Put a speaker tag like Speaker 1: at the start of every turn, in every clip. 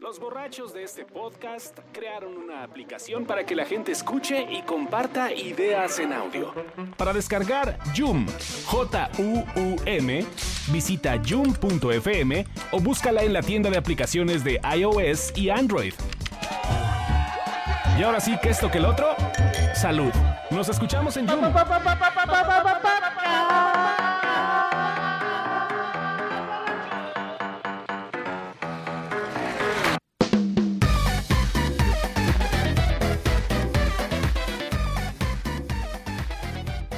Speaker 1: Los borrachos de este podcast crearon una aplicación para que la gente escuche y comparta ideas en audio. Para descargar Joom, J-U-U-M, visita joom.fm o búscala en la tienda de aplicaciones de iOS y Android. Y ahora sí que esto que el otro, salud. Nos escuchamos en Joom.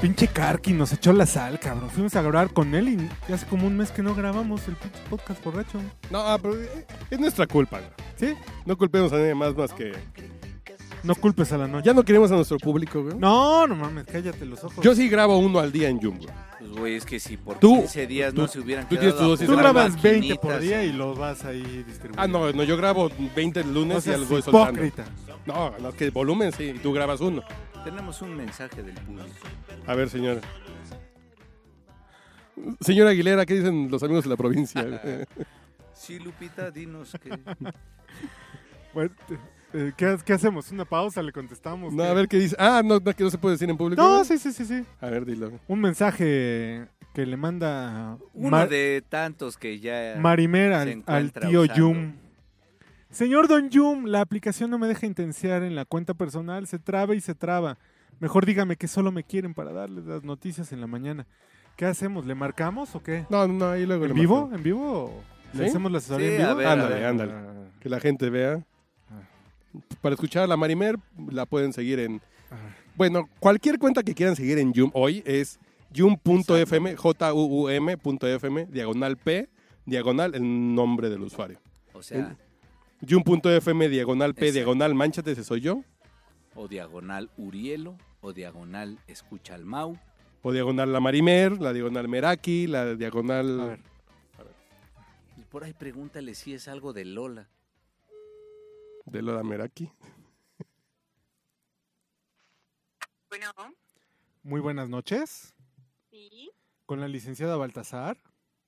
Speaker 2: Pinche Karki nos echó la sal, cabrón. Fuimos a grabar con él y ya hace como un mes que no grabamos el pinche podcast borracho.
Speaker 3: No, ah, pero eh, es nuestra culpa. güey.
Speaker 2: ¿Sí?
Speaker 3: No culpemos a nadie más más que...
Speaker 2: No culpes a la noche.
Speaker 3: Ya no queremos a nuestro público, güey.
Speaker 2: No, no mames, cállate los ojos.
Speaker 3: Yo sí grabo uno al día en Jumbo.
Speaker 4: Pues, güey, es que si por
Speaker 3: Tú-
Speaker 4: 15 días no se hubieran
Speaker 3: tú tienes
Speaker 4: quedado
Speaker 3: tu
Speaker 4: a
Speaker 3: dosis
Speaker 2: Tú
Speaker 3: de
Speaker 4: jugar
Speaker 2: grabas 20
Speaker 4: maquinitas,
Speaker 2: por día y los vas ahí distribuyendo.
Speaker 3: Ah, no, no, yo grabo 20 el lunes
Speaker 2: No
Speaker 3: y ya
Speaker 2: seas
Speaker 3: los voy soltando.
Speaker 2: hipócrita.
Speaker 3: No, no, que volumen sí, y tú grabas uno.
Speaker 4: Tenemos un mensaje del público.
Speaker 3: A ver, señora. Señora Aguilera, ¿qué dicen los amigos de la provincia? güey?
Speaker 4: Sí, Lupita, dinos que...
Speaker 2: Bueno, eh, ¿qué, qué hacemos? ¿Una pausa? ¿Le contestamos?
Speaker 3: no,
Speaker 2: ¿Qué?
Speaker 3: a ver qué dice. Ah, no, no, que no se puede decir en público.
Speaker 2: No,
Speaker 3: güey.
Speaker 2: sí, sí, sí, sí.
Speaker 3: A ver, dilo.
Speaker 2: Un mensaje que le manda
Speaker 4: Uno
Speaker 2: Mar-
Speaker 4: de tantos que ya...
Speaker 2: Marimera
Speaker 4: se
Speaker 2: al, al
Speaker 4: encuentra
Speaker 2: tío
Speaker 4: usando.
Speaker 2: Yum. Señor Don Yum, la aplicación no me deja intensiar en la cuenta personal, se traba y se traba. Mejor dígame que solo me quieren para darles las noticias en la mañana. ¿Qué hacemos? ¿Le marcamos o qué?
Speaker 3: No, no, no, ahí luego
Speaker 2: ¿En
Speaker 3: le
Speaker 2: vivo?
Speaker 3: marco.
Speaker 2: ¿En vivo? o ¿Le
Speaker 3: ¿Sí?
Speaker 2: hacemos la asesoría
Speaker 4: Sí,
Speaker 2: en vivo?
Speaker 4: a ver, a
Speaker 3: Ándale,
Speaker 4: ver.
Speaker 3: ándale.
Speaker 2: Ah,
Speaker 3: Que la gente vea. Para escuchar a la Marimer, la pueden seguir en...
Speaker 2: Ah.
Speaker 3: Bueno, cualquier cuenta que quieran seguir en Yum hoy es yum.fm, j u -M .fm, diagonal P, diagonal el nombre del usuario.
Speaker 4: O sea,
Speaker 3: Yum.fm, diagonal P,
Speaker 4: Exacto.
Speaker 3: diagonal manchate, ese soy yo,
Speaker 4: o diagonal Urielo, o diagonal Escucha al Mau.
Speaker 3: o diagonal la Marimer, la diagonal Meraki, la
Speaker 2: a
Speaker 3: diagonal...
Speaker 2: ver.
Speaker 4: Y por ahí pregúntale si es algo de Lola.
Speaker 3: De Lola Meraki.
Speaker 5: Bueno,
Speaker 2: Muy buenas noches.
Speaker 5: sí.
Speaker 2: Con la licenciada Baltasar.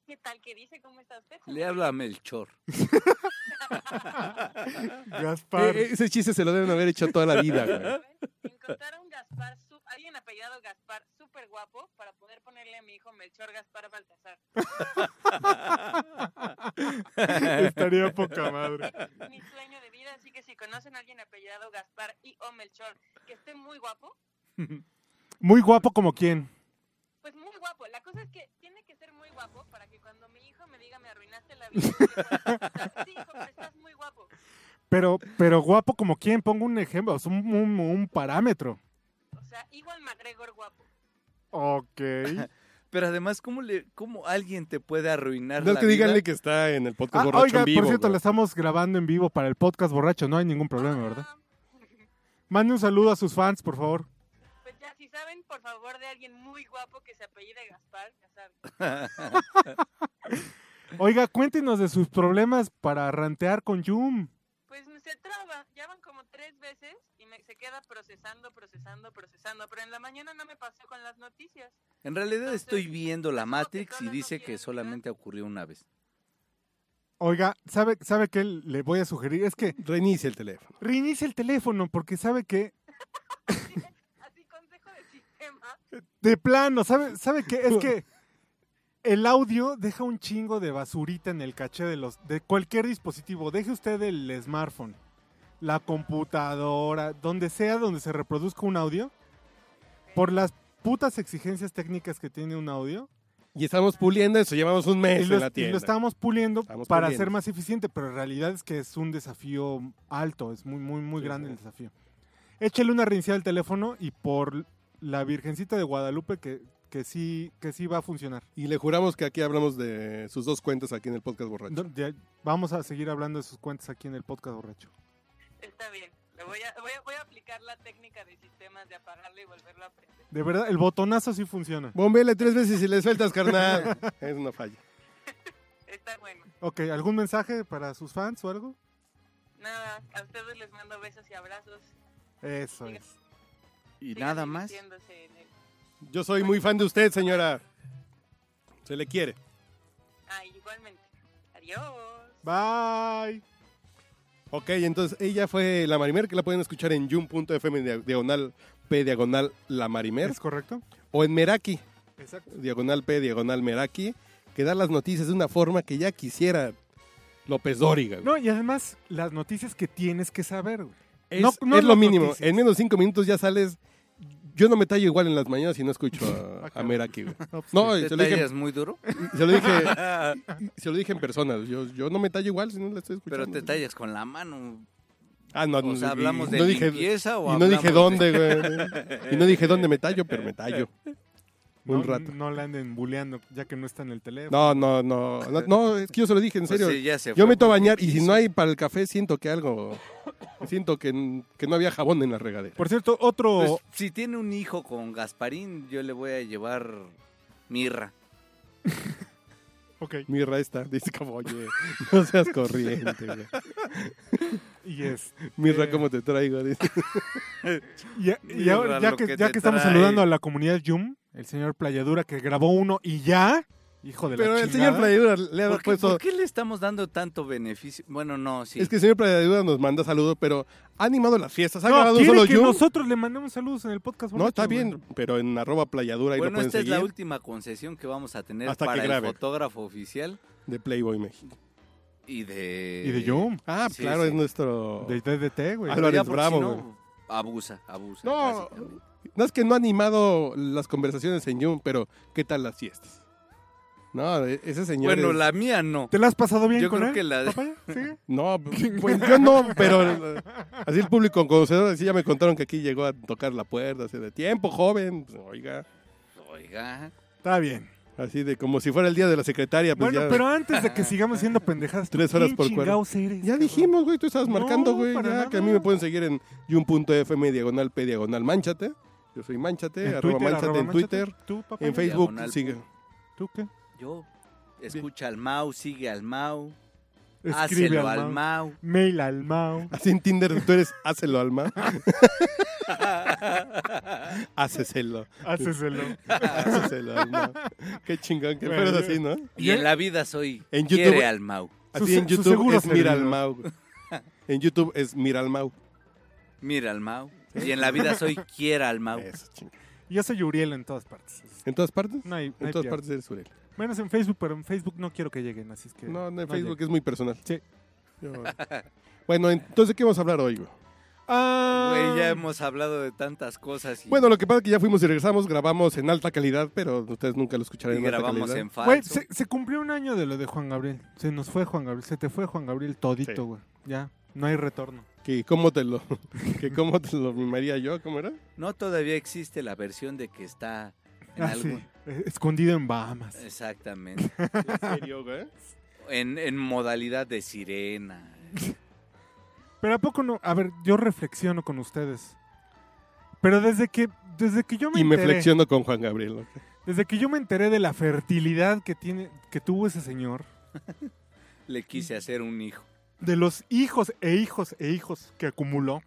Speaker 5: ¿Qué tal? ¿Qué dice? ¿Cómo está usted?
Speaker 4: Le habla a Melchor.
Speaker 2: Gaspar.
Speaker 3: Eh, eh, ese chiste se lo deben haber hecho toda la vida,
Speaker 2: ¿Eh?
Speaker 3: güey.
Speaker 5: Encontrar a un Gaspar, su- alguien apellidado Gaspar, súper guapo, para poder ponerle a mi hijo Melchor Gaspar Baltasar.
Speaker 2: Estaría poca madre.
Speaker 5: Es mi sueño de vida, así que si conocen a alguien apellidado Gaspar y o Melchor, que esté muy guapo,
Speaker 2: Muy guapo como quién.
Speaker 5: pues muy guapo. La cosa es que tiene que ser muy guapo para que cuando mi hijo me diga me arruinaste la vida, yo pueda contestar, sí, hijo, pero estás muy guapo.
Speaker 2: Pero, pero guapo como quién. Pongo un ejemplo, es un- un- un parámetro.
Speaker 5: O sea, igual McGregor guapo.
Speaker 2: Ok.
Speaker 4: Pero además, ¿cómo, le, cómo alguien te puede arruinar
Speaker 3: No
Speaker 4: la
Speaker 3: que
Speaker 4: vida?
Speaker 3: díganle que está en el podcast
Speaker 2: Ah,
Speaker 3: borracho
Speaker 2: oiga,
Speaker 3: en vivo.
Speaker 2: por cierto,
Speaker 3: güey.
Speaker 2: la estamos grabando en vivo para el podcast borracho, no hay ningún problema, ¿verdad?
Speaker 5: Ah,
Speaker 2: Mande un saludo a sus fans, por favor.
Speaker 5: Pues ya, si saben, por favor, de alguien muy guapo que se apellide Gaspar, ya saben.
Speaker 2: Oiga, cuéntenos de sus problemas para rantear con Yum.
Speaker 5: Pues me- se traba, ya van como tres veces y me, se queda procesando, procesando, procesando, pero en la mañana no me pasó con las noticias.
Speaker 4: En realidad estoy viendo la
Speaker 5: Supongo que
Speaker 4: Matrix y
Speaker 5: Lola no
Speaker 4: dice
Speaker 5: quiere
Speaker 4: que
Speaker 5: olvidar.
Speaker 4: solamente ocurrió una vez.
Speaker 2: Oiga, ¿sabe, ¿sabe qué le voy a sugerir? Es que
Speaker 3: Reinicia el teléfono.
Speaker 2: reinicie el teléfono porque sabe que,
Speaker 5: Así consejo de sistema.
Speaker 2: de plano, ¿sabe, sabe qué? Es que el audio deja un chingo de basurita en el caché de, los, de cualquier dispositivo. Deje usted el smartphone, la computadora, donde sea donde se reproduzca un audio. por las putas exigencias técnicas que tiene un audio.
Speaker 3: Y estamos puliendo eso, llevamos un mes
Speaker 2: Y lo,
Speaker 3: en la
Speaker 2: y lo
Speaker 3: tienda.
Speaker 2: estábamos puliendo
Speaker 3: Estamos
Speaker 2: para
Speaker 3: puliendo.
Speaker 2: ser más eficiente, pero en realidad es que es un desafío alto, es muy, muy, muy
Speaker 3: Sí,
Speaker 2: grande
Speaker 3: sí.
Speaker 2: el desafío. Échale una reiniciada al teléfono y por la Virgencita de Guadalupe que, que sí, que sí va a funcionar.
Speaker 3: Y le juramos que aquí hablamos de sus dos cuentas aquí en el podcast borracho.
Speaker 2: No, ya- vamos a seguir hablando de sus cuentas aquí en el podcast borracho.
Speaker 5: Está bien, lo voy, a, voy, a, voy a aplicar la técnica de sistemas de apagarlo y volverlo a prender.
Speaker 2: De verdad, el botonazo sí funciona.
Speaker 3: Bombele tres veces y le sueltas, carnal. es una falla.
Speaker 5: Está bueno.
Speaker 2: Ok, ¿algún mensaje para sus fans o algo?
Speaker 5: Nada, a ustedes les mando besos y abrazos.
Speaker 2: Eso
Speaker 5: Diga-
Speaker 2: es.
Speaker 4: Y
Speaker 5: Sigan
Speaker 4: nada más.
Speaker 5: divirtiéndose en el-
Speaker 3: Yo soy muy fan de usted, señora. Se le quiere.
Speaker 5: Ah, igualmente. Adiós.
Speaker 2: Bye.
Speaker 3: Ok, entonces ella fue la Marimer, que la pueden escuchar en yum.fm dia- diagonal P diagonal la Marimer,
Speaker 2: ¿Es correcto?
Speaker 3: o en Meraki,
Speaker 2: Exacto.
Speaker 3: diagonal P diagonal Meraki, que da las noticias de una forma que ya quisiera López Dóriga. güey.
Speaker 2: No, y además, las noticias que tienes que saber, güey.
Speaker 3: es
Speaker 2: no- no
Speaker 3: es lo
Speaker 2: las
Speaker 3: mínimo.
Speaker 2: noticias.
Speaker 3: En menos de cinco minutos ya sales. Yo no me tallo igual en las mañanas y no escucho a, a Meraki. güey.
Speaker 2: No, pues,
Speaker 3: No,
Speaker 6: ¿Te
Speaker 3: y se lo dije,
Speaker 6: tallas muy duro?
Speaker 3: se lo dije, se lo dije en persona. Yo, yo no me tallo igual si no la estoy escuchando.
Speaker 6: Pero te tallas con la mano.
Speaker 3: Ah, no,
Speaker 6: O sea,
Speaker 3: no,
Speaker 6: hablamos
Speaker 3: y
Speaker 6: de
Speaker 3: no dije-
Speaker 6: limpieza o
Speaker 3: Y no dije
Speaker 6: hablamos de-
Speaker 3: dónde, güey. Y no dije dónde me tallo, pero me tallo.
Speaker 2: no-
Speaker 3: Un rato.
Speaker 2: No la anden buleando, ya que no está en el teléfono.
Speaker 3: No, no, no. No, no, es que yo se lo dije, en
Speaker 6: Pues
Speaker 3: serio.
Speaker 6: sí, ya se
Speaker 3: Yo
Speaker 6: fue
Speaker 3: me meto a
Speaker 6: por
Speaker 3: bañar
Speaker 6: el
Speaker 3: y si
Speaker 6: piso.
Speaker 3: no hay para el café, siento que algo. Siento que, n- que no había jabón en la regadera.
Speaker 2: Por cierto, otro...
Speaker 6: Pues, si tiene un hijo con Gasparín, yo le voy a llevar mirra.
Speaker 2: Ok.
Speaker 3: Mirra esta, dice como, oye, no seas corriente, güey.
Speaker 2: Y es...
Speaker 3: Mirra, ¿cómo te traigo? Dice.
Speaker 2: Y, y
Speaker 6: Mira
Speaker 2: ahora, ya
Speaker 6: lo
Speaker 2: que,
Speaker 6: que
Speaker 2: ya
Speaker 6: te
Speaker 2: que estamos
Speaker 6: trae.
Speaker 2: saludando a la comunidad Yum, el señor Playadura que grabó uno y ya, hijo de
Speaker 3: Pero
Speaker 2: la
Speaker 3: el
Speaker 2: chingada.
Speaker 3: señor Playadura le ha
Speaker 6: ¿Por qué,
Speaker 3: puesto.
Speaker 6: por qué le estamos dando tanto beneficio? Bueno, no, sí.
Speaker 3: Es que el señor Playadura nos manda saludos, pero ha animado las fiestas. Ha
Speaker 2: No,
Speaker 3: grabado
Speaker 2: quiere
Speaker 3: solo
Speaker 2: que
Speaker 3: yo.
Speaker 2: nosotros le mandemos saludos en el podcast.
Speaker 3: No,
Speaker 2: borracho,
Speaker 3: está
Speaker 2: güey.
Speaker 3: bien, pero en arroba playadura ahí lo
Speaker 6: bueno,
Speaker 3: pueden
Speaker 6: esta es
Speaker 3: seguir.
Speaker 6: la última concesión que vamos a tener
Speaker 3: Hasta que
Speaker 6: para el
Speaker 3: grabe.
Speaker 6: fotógrafo oficial
Speaker 3: De Playboy México.
Speaker 6: y de...
Speaker 2: Y de Yum,
Speaker 3: Ah,
Speaker 6: Sí,
Speaker 3: claro,
Speaker 6: sí.
Speaker 3: es nuestro...
Speaker 2: de DDT, güey.
Speaker 3: Álvarez
Speaker 6: Ya, porque
Speaker 3: Bravo,
Speaker 6: si no,
Speaker 3: güey.
Speaker 6: abusa, abusa.
Speaker 3: No.
Speaker 6: básicamente.
Speaker 3: No es que no ha animado las conversaciones en Zoom, pero ¿qué tal las fiestas? No, e- ese señor...
Speaker 6: Bueno,
Speaker 3: es-
Speaker 6: la mía no.
Speaker 2: ¿Te la has pasado bien
Speaker 6: Yo
Speaker 2: con
Speaker 6: creo
Speaker 2: él?
Speaker 6: que la de-
Speaker 2: papaya? ¿Sí?
Speaker 3: No, pues yo no, pero eh, así el público conocedor, así ya me contaron que aquí llegó a tocar la puerta hace de tiempo, joven, pues, oiga,
Speaker 6: Oiga,
Speaker 2: Está bien.
Speaker 3: así de como si fuera el día de la secretaria, pues
Speaker 2: bueno,
Speaker 3: ya...
Speaker 2: pero antes de que sigamos siendo pendejadas, ¿tú
Speaker 3: Tres horas
Speaker 2: quién
Speaker 3: por cuerda.
Speaker 2: chingados eres,
Speaker 3: Ya
Speaker 2: cabrón?
Speaker 3: dijimos, güey, tú estabas
Speaker 2: No,
Speaker 3: marcando, güey, ya
Speaker 2: para nada.
Speaker 3: que a mí me pueden seguir en yun.fm diagonal p diagonal manchate. Yo soy manchate,
Speaker 2: En
Speaker 3: eh, arroba
Speaker 2: Twitter,
Speaker 3: manchate
Speaker 2: arroba
Speaker 3: en Twitter,
Speaker 2: manchate. ¿Tú, papá?
Speaker 3: en Facebook,
Speaker 6: Diagonal,
Speaker 3: sigue.
Speaker 6: pum.
Speaker 2: ¿Tú qué?
Speaker 6: yo... Escucha al Mau, sigue al Mau,
Speaker 2: Escribe
Speaker 6: hácelo
Speaker 2: al,
Speaker 6: al
Speaker 2: Mau.
Speaker 6: Mau.
Speaker 2: Mail al Mau.
Speaker 3: Así en Tinder tú eres hácelo alma. Háceselo.
Speaker 2: Háceselo.
Speaker 3: Háceselo alma. Qué chingón que
Speaker 2: Bueno,
Speaker 3: fueras
Speaker 2: yo-
Speaker 3: así, ¿no?
Speaker 6: Y en la vida soy
Speaker 3: En YouTube-
Speaker 6: quiere al Mau.
Speaker 2: Su-
Speaker 3: Así en
Speaker 2: su
Speaker 3: YouTube
Speaker 2: seguro
Speaker 3: es mira al
Speaker 2: servidor.
Speaker 3: Mau. güey. En YouTube es mira al Mau.
Speaker 6: Mira al Mau. Y en la vida soy quiera al Mau.
Speaker 3: Eso, chingón.
Speaker 2: Yo soy Uriel en todas partes.
Speaker 3: ¿En todas partes?
Speaker 2: No hay, no
Speaker 3: En
Speaker 2: hay
Speaker 3: todas
Speaker 2: pierde.
Speaker 3: partes eres Uriel.
Speaker 2: Menos en Facebook, pero en Facebook no quiero que lleguen, así es que...
Speaker 3: No, no, en Facebook
Speaker 2: lleguen.
Speaker 3: es muy personal.
Speaker 2: Sí.
Speaker 3: Yo- Bueno, entonces, ¿qué vamos a hablar hoy, güey?
Speaker 2: Ah,
Speaker 6: Güey, ya hemos hablado de tantas cosas y,
Speaker 3: Bueno, lo que pasa es que ya fuimos y regresamos, grabamos en alta calidad, pero ustedes nunca lo
Speaker 6: y
Speaker 3: escucharán en alta
Speaker 6: grabamos
Speaker 3: calidad.
Speaker 6: en falso.
Speaker 2: Güey, se, se cumplió un año de lo de Juan Gabriel. Se nos fue Juan Gabriel, se te fue Juan Gabriel
Speaker 3: Sí.
Speaker 2: todito, güey. Ya, no hay retorno.
Speaker 3: Que cómo te lo, que cómo te lo mimaría yo, ¿cómo era?
Speaker 6: No todavía existe la versión de que está en
Speaker 2: Ah,
Speaker 6: algún...
Speaker 2: sí. Eh, Escondido en Bahamas.
Speaker 6: Exactamente.
Speaker 3: En serio, güey.
Speaker 6: En, en modalidad de sirena.
Speaker 2: Pero a poco no... A ver, yo reflexiono con ustedes. Pero desde que, desde que yo me
Speaker 3: Y me
Speaker 2: enteré...
Speaker 3: flexiono con Juan Gabriel. ¿no?
Speaker 2: Desde que yo me enteré de la fertilidad que, tiene, que tuvo ese señor,
Speaker 6: Le quise hacer un hijo.
Speaker 2: de los hijos e hijos e hijos que acumuló,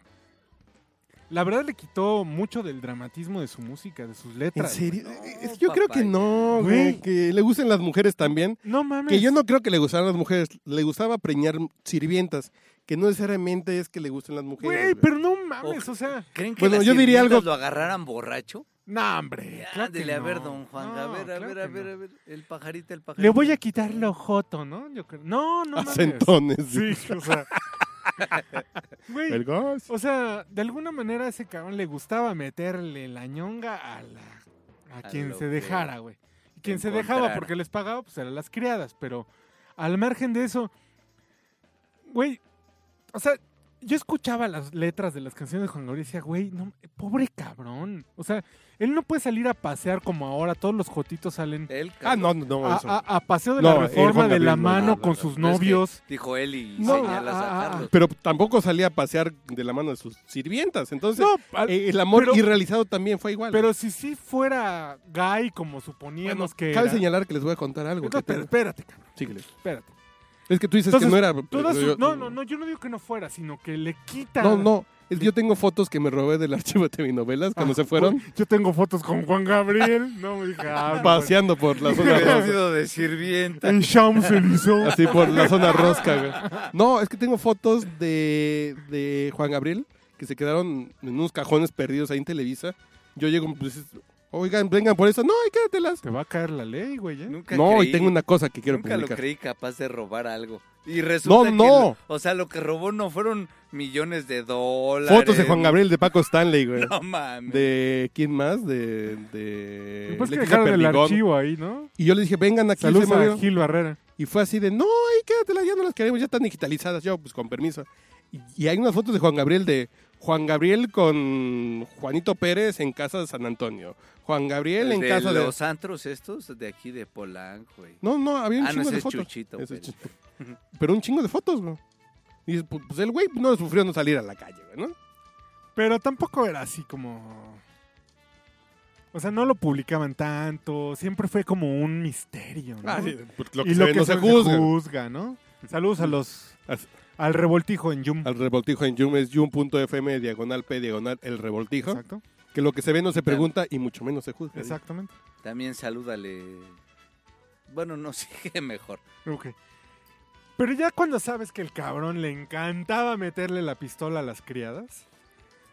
Speaker 2: la verdad le quitó mucho del dramatismo de su música, de sus
Speaker 3: ¿En
Speaker 2: letras.
Speaker 3: serio? eh,
Speaker 6: No,
Speaker 3: Es- yo creo que
Speaker 6: papaya.
Speaker 3: no,
Speaker 2: Güey.
Speaker 3: güey. Que le gusten las mujeres también.
Speaker 2: No mames.
Speaker 3: Que yo no creo que le gustaran las mujeres. Le gustaba preñar sirvientas. Que no necesariamente es que le gusten las mujeres.
Speaker 2: Güey,
Speaker 3: güey.
Speaker 2: pero no mames,
Speaker 6: Oh.
Speaker 2: o sea.
Speaker 6: ¿Creen que
Speaker 3: Bueno,
Speaker 6: las
Speaker 3: yo diría
Speaker 6: sirvientas
Speaker 3: algo-
Speaker 6: lo agarraran borracho?
Speaker 2: No, hombre. Claro que
Speaker 6: Ándele, a ver,
Speaker 2: no.
Speaker 6: don Juan. a
Speaker 2: No,
Speaker 6: ver, a
Speaker 2: claro
Speaker 6: ver,
Speaker 2: que
Speaker 6: a
Speaker 2: no.
Speaker 6: ver, a ver. El pajarito, el pajarito.
Speaker 2: Le voy a quitar lo joto, ¿no? Yo creo- No, no mames.
Speaker 3: Acentones.
Speaker 2: Sí, o sea. Güey,
Speaker 3: El gas.
Speaker 2: o sea, de alguna manera a ese cabrón le gustaba meterle la ñonga a la a quien
Speaker 6: lo
Speaker 2: se
Speaker 6: que
Speaker 2: dejara, güey. Y quien se dejaba
Speaker 6: encontrara.
Speaker 2: porque les pagaba, pues eran las criadas, pero al margen de eso, güey, o sea, yo escuchaba las letras de las canciones de Juan Gabriel y decía, güey, no, pobre cabrón. O sea, él no puede salir a pasear como ahora, todos los jotitos salen
Speaker 6: El
Speaker 3: Ah, no, no, no.
Speaker 2: a,
Speaker 3: eso.
Speaker 2: a- a paseo de
Speaker 3: No,
Speaker 2: la
Speaker 3: el
Speaker 2: reforma
Speaker 3: Juan
Speaker 2: de la
Speaker 3: Gabriel no,
Speaker 2: mano
Speaker 3: no,
Speaker 6: no,
Speaker 2: con
Speaker 6: no,
Speaker 2: sus
Speaker 6: no, es que-
Speaker 2: novios.
Speaker 6: Dijo él y
Speaker 2: No,
Speaker 6: señalas
Speaker 2: ah, ah,
Speaker 6: a
Speaker 2: ah.
Speaker 6: Carlos.
Speaker 3: Pero tampoco salía a pasear de la mano de sus sirvientas. Entonces,
Speaker 2: No, al-
Speaker 3: eh, el amor
Speaker 2: pero-
Speaker 3: irrealizado también fue igual.
Speaker 2: Pero si sí fuera gay como
Speaker 3: Bueno,
Speaker 2: suponíamos que
Speaker 3: cabe
Speaker 2: era.
Speaker 3: señalar que les voy a contar algo.
Speaker 2: Entonces,
Speaker 3: que
Speaker 2: pero
Speaker 3: tengo-
Speaker 2: espérate, cabrón,
Speaker 3: Síguele.
Speaker 2: espérate.
Speaker 3: Es que tú dices
Speaker 2: Entonces,
Speaker 3: que no era.
Speaker 2: Todas
Speaker 3: pero
Speaker 2: sus-
Speaker 3: yo-
Speaker 2: no, no, no, yo no digo que no fuera, sino que le quita
Speaker 3: No, no. Es que yo tengo fotos que me robé del archivo de telenovelas cuando se fueron
Speaker 2: Ah, Yo tengo fotos con Juan Gabriel. No, me dije, ah, no,
Speaker 3: paseando por la zona
Speaker 6: Hubiera
Speaker 3: rosa.
Speaker 6: sido de sirvienta.
Speaker 2: En Champs-Élysées.
Speaker 3: Así por la zona rosca, güey. No, es que tengo fotos de, de Juan Gabriel que se quedaron en unos cajones perdidos ahí en Televisa. Yo llego, pues, oigan, vengan por eso. No, ahí quédatelas.
Speaker 2: Te va a caer la ley, güey. ¿eh?
Speaker 6: Nunca
Speaker 3: No, y
Speaker 6: creí-
Speaker 3: tengo una cosa que quiero
Speaker 6: Nunca lo
Speaker 3: publicar.
Speaker 6: creí capaz de robar algo. Y
Speaker 3: No,
Speaker 6: resulta que
Speaker 3: no.
Speaker 6: lo- o sea, lo que robó no fueron millones de dólares.
Speaker 3: Fotos de Juan Gabriel, de Paco Stanley, güey.
Speaker 6: No mames.
Speaker 3: De quién más? De. de
Speaker 2: Pues que
Speaker 3: Leticia
Speaker 2: dejaron el
Speaker 3: Eh, Perdigón.
Speaker 2: archivo ahí, ¿no?
Speaker 3: Y yo le dije, vengan aquí. se
Speaker 2: Saludos
Speaker 3: me
Speaker 2: a
Speaker 3: vieron.
Speaker 2: Gil Barrera.
Speaker 3: Y fue así de, no, ahí quédatelas, ya no las queremos, ya están digitalizadas. Yo, pues con permiso. Y, y hay unas fotos de Juan Gabriel de Juan Gabriel con Juanito Pérez en casa de San Antonio. Juan Gabriel en
Speaker 6: de
Speaker 3: casa de.
Speaker 6: los antros estos de aquí de Polanco, güey.
Speaker 3: No, no, había un
Speaker 6: Ah, no,
Speaker 3: chingo
Speaker 6: ese
Speaker 3: de
Speaker 6: es
Speaker 3: fotos.
Speaker 6: Chuchito,
Speaker 3: Ese es
Speaker 6: Pérez.
Speaker 3: Chucho. Pero un chingo de fotos, güey. Y dices, pu- pues el güey no sufrió no salir a la calle, güey, ¿no?
Speaker 2: Pero tampoco era así como... O sea, no lo publicaban tanto. Siempre fue como un misterio, ¿no?
Speaker 3: Ah, sí, pues, lo que
Speaker 2: y
Speaker 3: se
Speaker 2: lo
Speaker 3: ve
Speaker 2: que
Speaker 3: no
Speaker 2: se,
Speaker 3: se juzga.
Speaker 2: juzga, ¿no? Saludos a los...
Speaker 3: Así.
Speaker 2: Al revoltijo en Yum.
Speaker 3: Al revoltijo en Yum es yum.fm diagonal p diagonal el revoltijo.
Speaker 2: Exacto.
Speaker 3: Que lo que se ve no se pregunta y mucho menos se juzga.
Speaker 2: Exactamente.
Speaker 6: También salúdale. Bueno, no sé qué mejor.
Speaker 2: Ok. Pero ya cuando sabes que el cabrón le encantaba meterle la pistola a las criadas,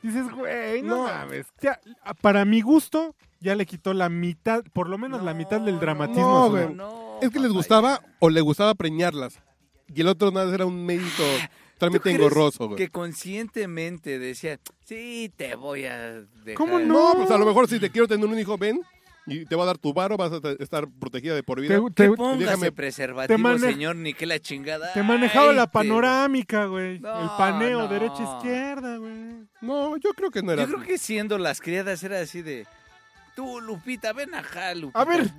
Speaker 2: dices, güey, no,
Speaker 3: No.
Speaker 2: mames. Ya, para mi gusto, ya le quitó la mitad, por lo menos la mitad del dramatismo.
Speaker 3: no,
Speaker 2: a su-
Speaker 3: güey.
Speaker 6: no,
Speaker 3: Es que les
Speaker 6: papá.
Speaker 3: gustaba o le gustaba preñarlas. Y el otro nada más era un mérito
Speaker 6: ¿Tú
Speaker 3: totalmente
Speaker 6: crees
Speaker 3: engorroso, güey.
Speaker 6: Que conscientemente decía, sí, te voy a dejar.
Speaker 2: ¿Cómo
Speaker 3: No, pues a lo mejor si te quiero tener un hijo, ven y te va a dar tu varo, vas a te- estar protegida de por vida.
Speaker 2: Te,
Speaker 6: Que
Speaker 2: te-
Speaker 6: póngase
Speaker 3: déjame-
Speaker 6: preservativo,
Speaker 2: te mane-
Speaker 6: señor, ni que la chingada.
Speaker 2: te manejaba
Speaker 6: Ay,
Speaker 2: la
Speaker 6: te-
Speaker 2: panorámica, güey.
Speaker 6: No,
Speaker 2: el paneo,
Speaker 6: no.
Speaker 2: derecha-izquierda, güey.
Speaker 3: No, yo creo que no era.
Speaker 6: Yo creo que siendo las criadas era así de, tú, Lupita, ven acá, Lupita.
Speaker 2: A ver,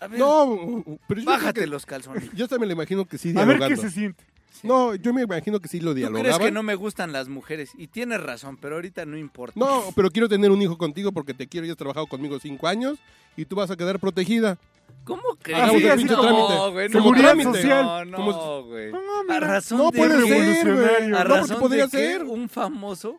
Speaker 6: A ver,
Speaker 3: No, pero yo
Speaker 6: bájate
Speaker 3: creo
Speaker 6: los calzones.
Speaker 3: que- yo hasta me lo imagino que sí
Speaker 2: a ver
Speaker 3: dialogando.
Speaker 2: qué se siente.
Speaker 3: No, yo me imagino que sí lo
Speaker 6: Tú
Speaker 3: dialogaban.
Speaker 6: crees que no me gustan las mujeres, y tienes razón, pero ahorita no importa.
Speaker 3: No, pero quiero tener un hijo contigo porque te quiero y has trabajado conmigo cinco años y tú vas a quedar protegida.
Speaker 6: ¿Cómo crees?
Speaker 3: Hagamos
Speaker 2: el pinche
Speaker 6: no,
Speaker 3: trámite.
Speaker 6: güey, no,
Speaker 2: Seguridad
Speaker 6: no,
Speaker 2: social.
Speaker 6: No, no,
Speaker 3: Como-
Speaker 6: güey.
Speaker 2: No,
Speaker 6: A
Speaker 2: mira,
Speaker 6: razón
Speaker 3: No
Speaker 6: de
Speaker 3: puede
Speaker 6: qué-
Speaker 3: ser,
Speaker 2: revolucionario.
Speaker 6: a
Speaker 3: No, porque
Speaker 6: razón de
Speaker 3: podría
Speaker 6: que
Speaker 3: ser.
Speaker 6: un famoso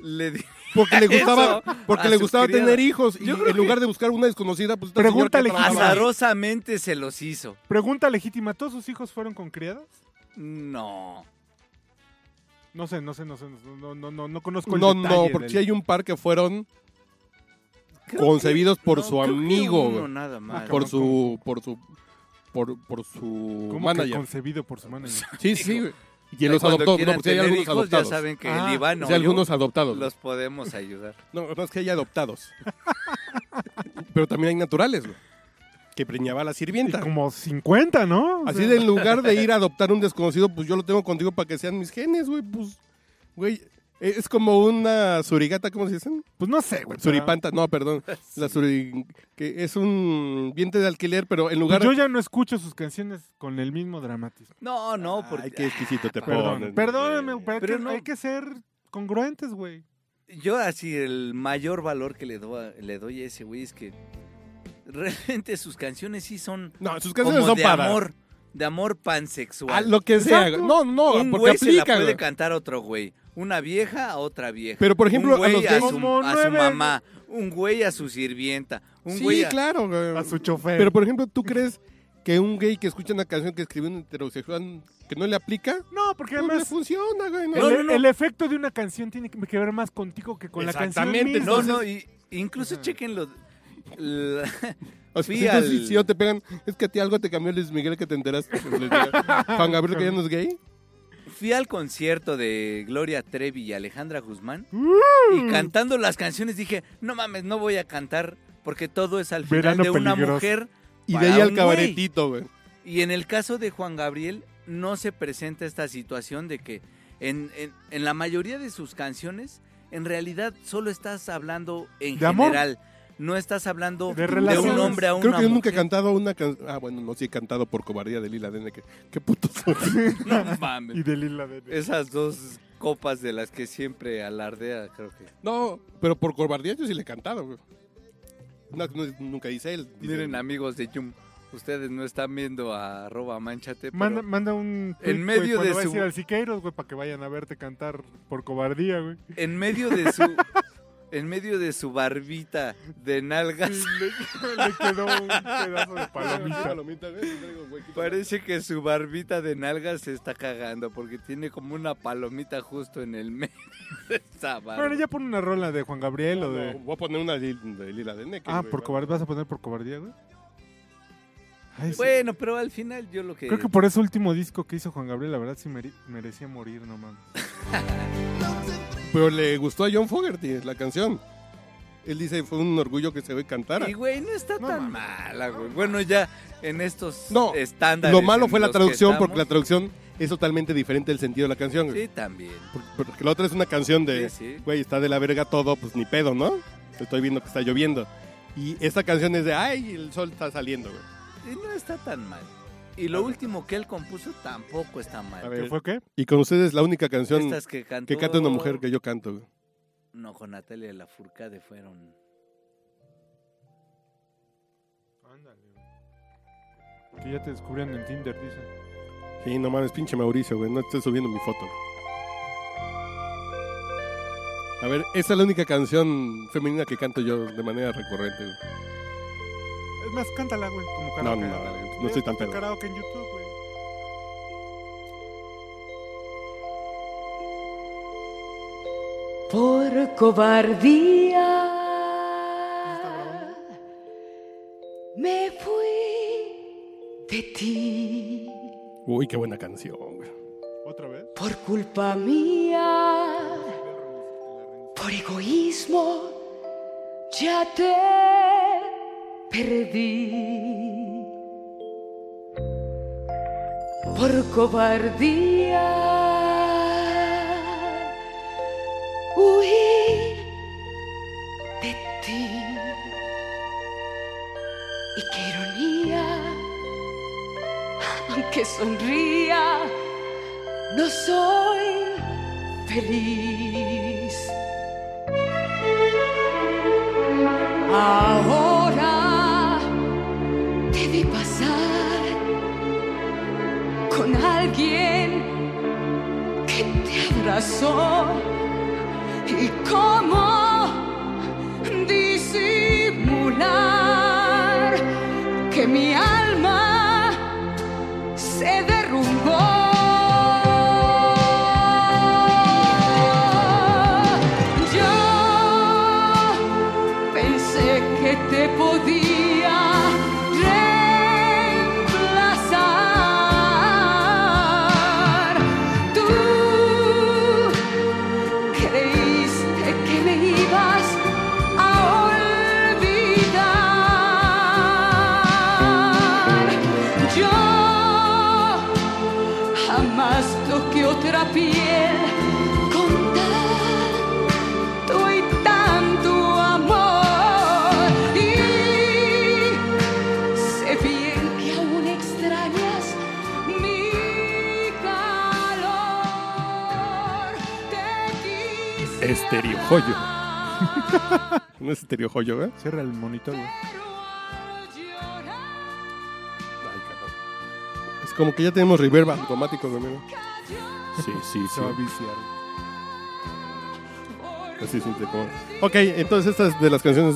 Speaker 6: le di-
Speaker 3: Porque le gustaba,
Speaker 6: Eso,
Speaker 3: porque
Speaker 6: a
Speaker 3: le
Speaker 6: su
Speaker 3: gustaba
Speaker 6: criada.
Speaker 3: tener hijos. Y
Speaker 6: Yo creo
Speaker 3: en lugar de buscar una desconocida, pues esta
Speaker 2: Pregúntale,
Speaker 3: señora que trabaja ahí.
Speaker 6: azarosamente se los hizo.
Speaker 2: Pregunta legítima, ¿todos sus hijos fueron con criadas?
Speaker 6: No.
Speaker 2: No sé, no sé, no sé, no, no, no, no, no conozco el
Speaker 3: No, no,
Speaker 2: detalle
Speaker 3: porque
Speaker 2: del-
Speaker 3: sí hay un par que fueron
Speaker 6: Creo
Speaker 3: concebidos
Speaker 6: que-
Speaker 3: por
Speaker 6: no,
Speaker 3: su
Speaker 6: creo que
Speaker 3: amigo,
Speaker 6: uno
Speaker 3: güey.
Speaker 6: nada más.
Speaker 3: por
Speaker 2: cabrón,
Speaker 3: su, por su, por, por su
Speaker 2: ¿Cómo que
Speaker 3: manager.
Speaker 2: concebido por su manager?
Speaker 3: Sí, sí. güey. Y él
Speaker 6: Cuando
Speaker 3: los adoptó, no,
Speaker 6: quieran
Speaker 3: porque hay
Speaker 6: tener
Speaker 3: algunos
Speaker 6: hijos,
Speaker 3: adoptados.
Speaker 6: Ya saben que
Speaker 2: Ah,
Speaker 6: el Iván o
Speaker 3: Sí,
Speaker 6: yo
Speaker 3: algunos adoptados.
Speaker 6: los podemos ayudar.
Speaker 3: No, no es que hay adoptados. Pero también hay naturales, güey. Que preñaba a la
Speaker 2: Y
Speaker 3: sirvienta.
Speaker 2: como 50, ¿no? O
Speaker 3: Así
Speaker 2: sea,
Speaker 3: de en lugar de ir a adoptar un desconocido, pues yo lo tengo contigo para que sean mis genes, güey. Pues, güey, e, es como una surigata, ¿cómo se dicen?
Speaker 2: Pues no sé, güey. pero-
Speaker 3: Suripanta, no, perdón. La suri... que es un vientre de alquiler, pero en
Speaker 2: Pues
Speaker 3: lugar...
Speaker 2: yo ya no escucho sus canciones con el mismo dramatismo.
Speaker 6: No, no, porque
Speaker 3: Ay, qué exquisito te
Speaker 2: Ah, Perdón,
Speaker 3: pones.
Speaker 2: perdóname,
Speaker 3: güey.
Speaker 2: pero,
Speaker 6: Pero
Speaker 2: que-
Speaker 6: no-
Speaker 2: hay que ser congruentes, güey.
Speaker 6: yo así el mayor valor que le, doy a- le doy a ese güey es que realmente sus canciones sí son
Speaker 3: No, sus
Speaker 6: como
Speaker 3: canciones son
Speaker 6: de
Speaker 3: para...
Speaker 6: amor, de amor
Speaker 3: A
Speaker 6: pansexual.
Speaker 3: lo que sea.
Speaker 2: Exacto.
Speaker 3: No, no,
Speaker 6: un
Speaker 3: porque pues
Speaker 6: güey se la
Speaker 3: aplica,
Speaker 6: puede
Speaker 3: güey.
Speaker 6: cantar a otro güey. Una vieja a otra vieja.
Speaker 3: Pero, por ejemplo,
Speaker 6: un güey
Speaker 3: a los
Speaker 6: a
Speaker 3: gays...
Speaker 6: su,
Speaker 2: Como
Speaker 6: a su
Speaker 2: nueve-
Speaker 6: mamá, un güey a su sirvienta, un güey
Speaker 3: Sí,
Speaker 6: a...
Speaker 3: claro, güey.
Speaker 2: A su chofer.
Speaker 3: Pero, por ejemplo, ¿tú crees que un gay que escucha una canción que escribió un heterosexual que no le aplica?
Speaker 2: no, porque
Speaker 3: No Pues, le
Speaker 2: además
Speaker 3: funciona, güey. no.
Speaker 2: el, el efecto de una canción tiene que que ver más contigo que con la canción
Speaker 3: Exactamente,
Speaker 2: misma.
Speaker 6: No, no, y, incluso chequen lo... la-
Speaker 3: O sea,
Speaker 6: Fui
Speaker 3: si, pues, entonces,
Speaker 6: al-
Speaker 3: si- si no te pegan, es que a ti algo te cambió Luis Miguel que te enteraste. Pues, Luis Miguel. Juan Gabriel que ya no es gay.
Speaker 6: Fui al concierto de Gloria Trevi y Alejandra Guzmán
Speaker 3: Mm.
Speaker 6: y cantando las canciones dije, no mames, no voy a cantar porque todo es al final
Speaker 2: Verano
Speaker 6: de una
Speaker 2: peligroso.
Speaker 6: mujer.
Speaker 3: Y de
Speaker 6: para
Speaker 3: ahí al
Speaker 6: un güey".
Speaker 3: cabaretito, güey.
Speaker 6: Y en el caso de Juan Gabriel no se presenta esta situación de que en, en- en la mayoría de sus canciones en realidad solo estás hablando en
Speaker 2: De amor.
Speaker 6: general. No estás hablando
Speaker 2: De
Speaker 6: de, un
Speaker 2: relaciones.
Speaker 6: hombre a una
Speaker 3: Creo que yo nunca he
Speaker 6: mujer.
Speaker 3: cantado una canción. Ah, bueno, no, sí he cantado por cobardía de Lila Dene. Que, qué puto soy.
Speaker 6: No
Speaker 2: Y
Speaker 6: mames.
Speaker 2: de Lila de...
Speaker 6: Esas dos copas de las que siempre alardea, creo que.
Speaker 3: No, pero por cobardía yo sí le he cantado, güey. No, no, nunca dice "Ah, él. dice-
Speaker 6: Miren, amigos de Yum, Ustedes no están viendo a arroba manchate. pero-
Speaker 2: Manda, manda un. tweet,
Speaker 6: En medio
Speaker 2: güey, cuando
Speaker 6: de
Speaker 2: vayas a
Speaker 6: su-
Speaker 2: ir al Siqueiros, güey, para que vayan a verte cantar por cobardía, güey.
Speaker 6: en medio de su en medio de su barbita de nalgas
Speaker 2: Le quedó un pedazo de palomita.
Speaker 3: Palomita, güey, traigo un huequito.
Speaker 6: parece que su barbita de nalgas se está cagando porque tiene como una palomita justo en el medio de esa barba.
Speaker 2: Bueno, ya pon una rola de Juan Gabriel o
Speaker 3: No,
Speaker 2: de.
Speaker 3: Voy a poner una li- de lila de Neque.
Speaker 2: Ah,
Speaker 3: güey,
Speaker 2: por
Speaker 3: va.
Speaker 2: cobardía. ¿Vas a poner por cobardía, güey? Ay, sí.
Speaker 6: Bueno, pero al final yo lo que
Speaker 2: Creo que por ese último disco que hizo Juan Gabriel, la verdad sí mere- merecía morir, no mames.
Speaker 3: Pero le gustó a John Fogerty la canción. Él dice, fue un orgullo que se ve cantar.
Speaker 6: Y güey, no está
Speaker 2: No
Speaker 6: tan mala, güey. Bueno, ya en estos
Speaker 3: No,
Speaker 6: estándares.
Speaker 3: Lo malo
Speaker 6: en
Speaker 3: fue la
Speaker 6: los que
Speaker 3: traducción, porque la
Speaker 6: estamos-
Speaker 3: traducción es totalmente diferente del sentido de la canción. güey.
Speaker 6: Sí, también.
Speaker 3: Porque, la otra es una canción de,
Speaker 6: Sí, sí.
Speaker 3: güey, está de la verga todo, pues ni pedo, ¿no? Estoy viendo que está lloviendo. Y esta canción es de, ay, el sol está saliendo, güey.
Speaker 6: Y no está tan mal. Y lo último que él compuso tampoco está mal.
Speaker 3: A ver,
Speaker 2: ¿Qué fue qué?
Speaker 3: Y con ustedes la única canción
Speaker 6: Estas que cantó
Speaker 3: que canta una mujer que yo canto, güey.
Speaker 6: No, con Natalia Lafourcade fueron.
Speaker 2: Que ya te descubrieron en Tinder, dice.
Speaker 3: Sí, no mames, pinche Mauricio, güey. No estoy subiendo mi foto. A ver, esa es la única canción femenina que canto yo de manera recurrente, güey.
Speaker 2: Es más, cántala, güey, como
Speaker 3: No,
Speaker 2: karaoke.
Speaker 3: no, no, no estoy tan
Speaker 2: Ponte
Speaker 3: pedo.
Speaker 2: karaoke en YouTube, güey.
Speaker 7: por cobardía. Me fui de ti
Speaker 3: Uy, qué buena canción, güey.
Speaker 2: ¿Otra vez?
Speaker 7: por culpa mía, por egoísmo, ya te perdí. Por cobardía, huí de ti. Y qué ironía, aunque sonría no soy feliz. Ahora te vi pasar con alguien que te abrazó y cómo disimular que mi alma se derrumbó. Yo pensé que te podía reemplazar. Tú creíste que me ibas a olvidar. Yo jamás toqué otra piel con tanto y tanto amor. Y sé bien que aún extrañas mi calor. Te quise
Speaker 3: Estereojoyo.
Speaker 7: amar.
Speaker 3: Un estéreo joyo, güey.
Speaker 2: Cierra el monitor, güey.
Speaker 3: Es como que ya tenemos reverb automático, güey. mira. Sí, sí, sí.
Speaker 2: Se va a viciar.
Speaker 3: Así simple como. Ok, eh, entonces estas de las canciones.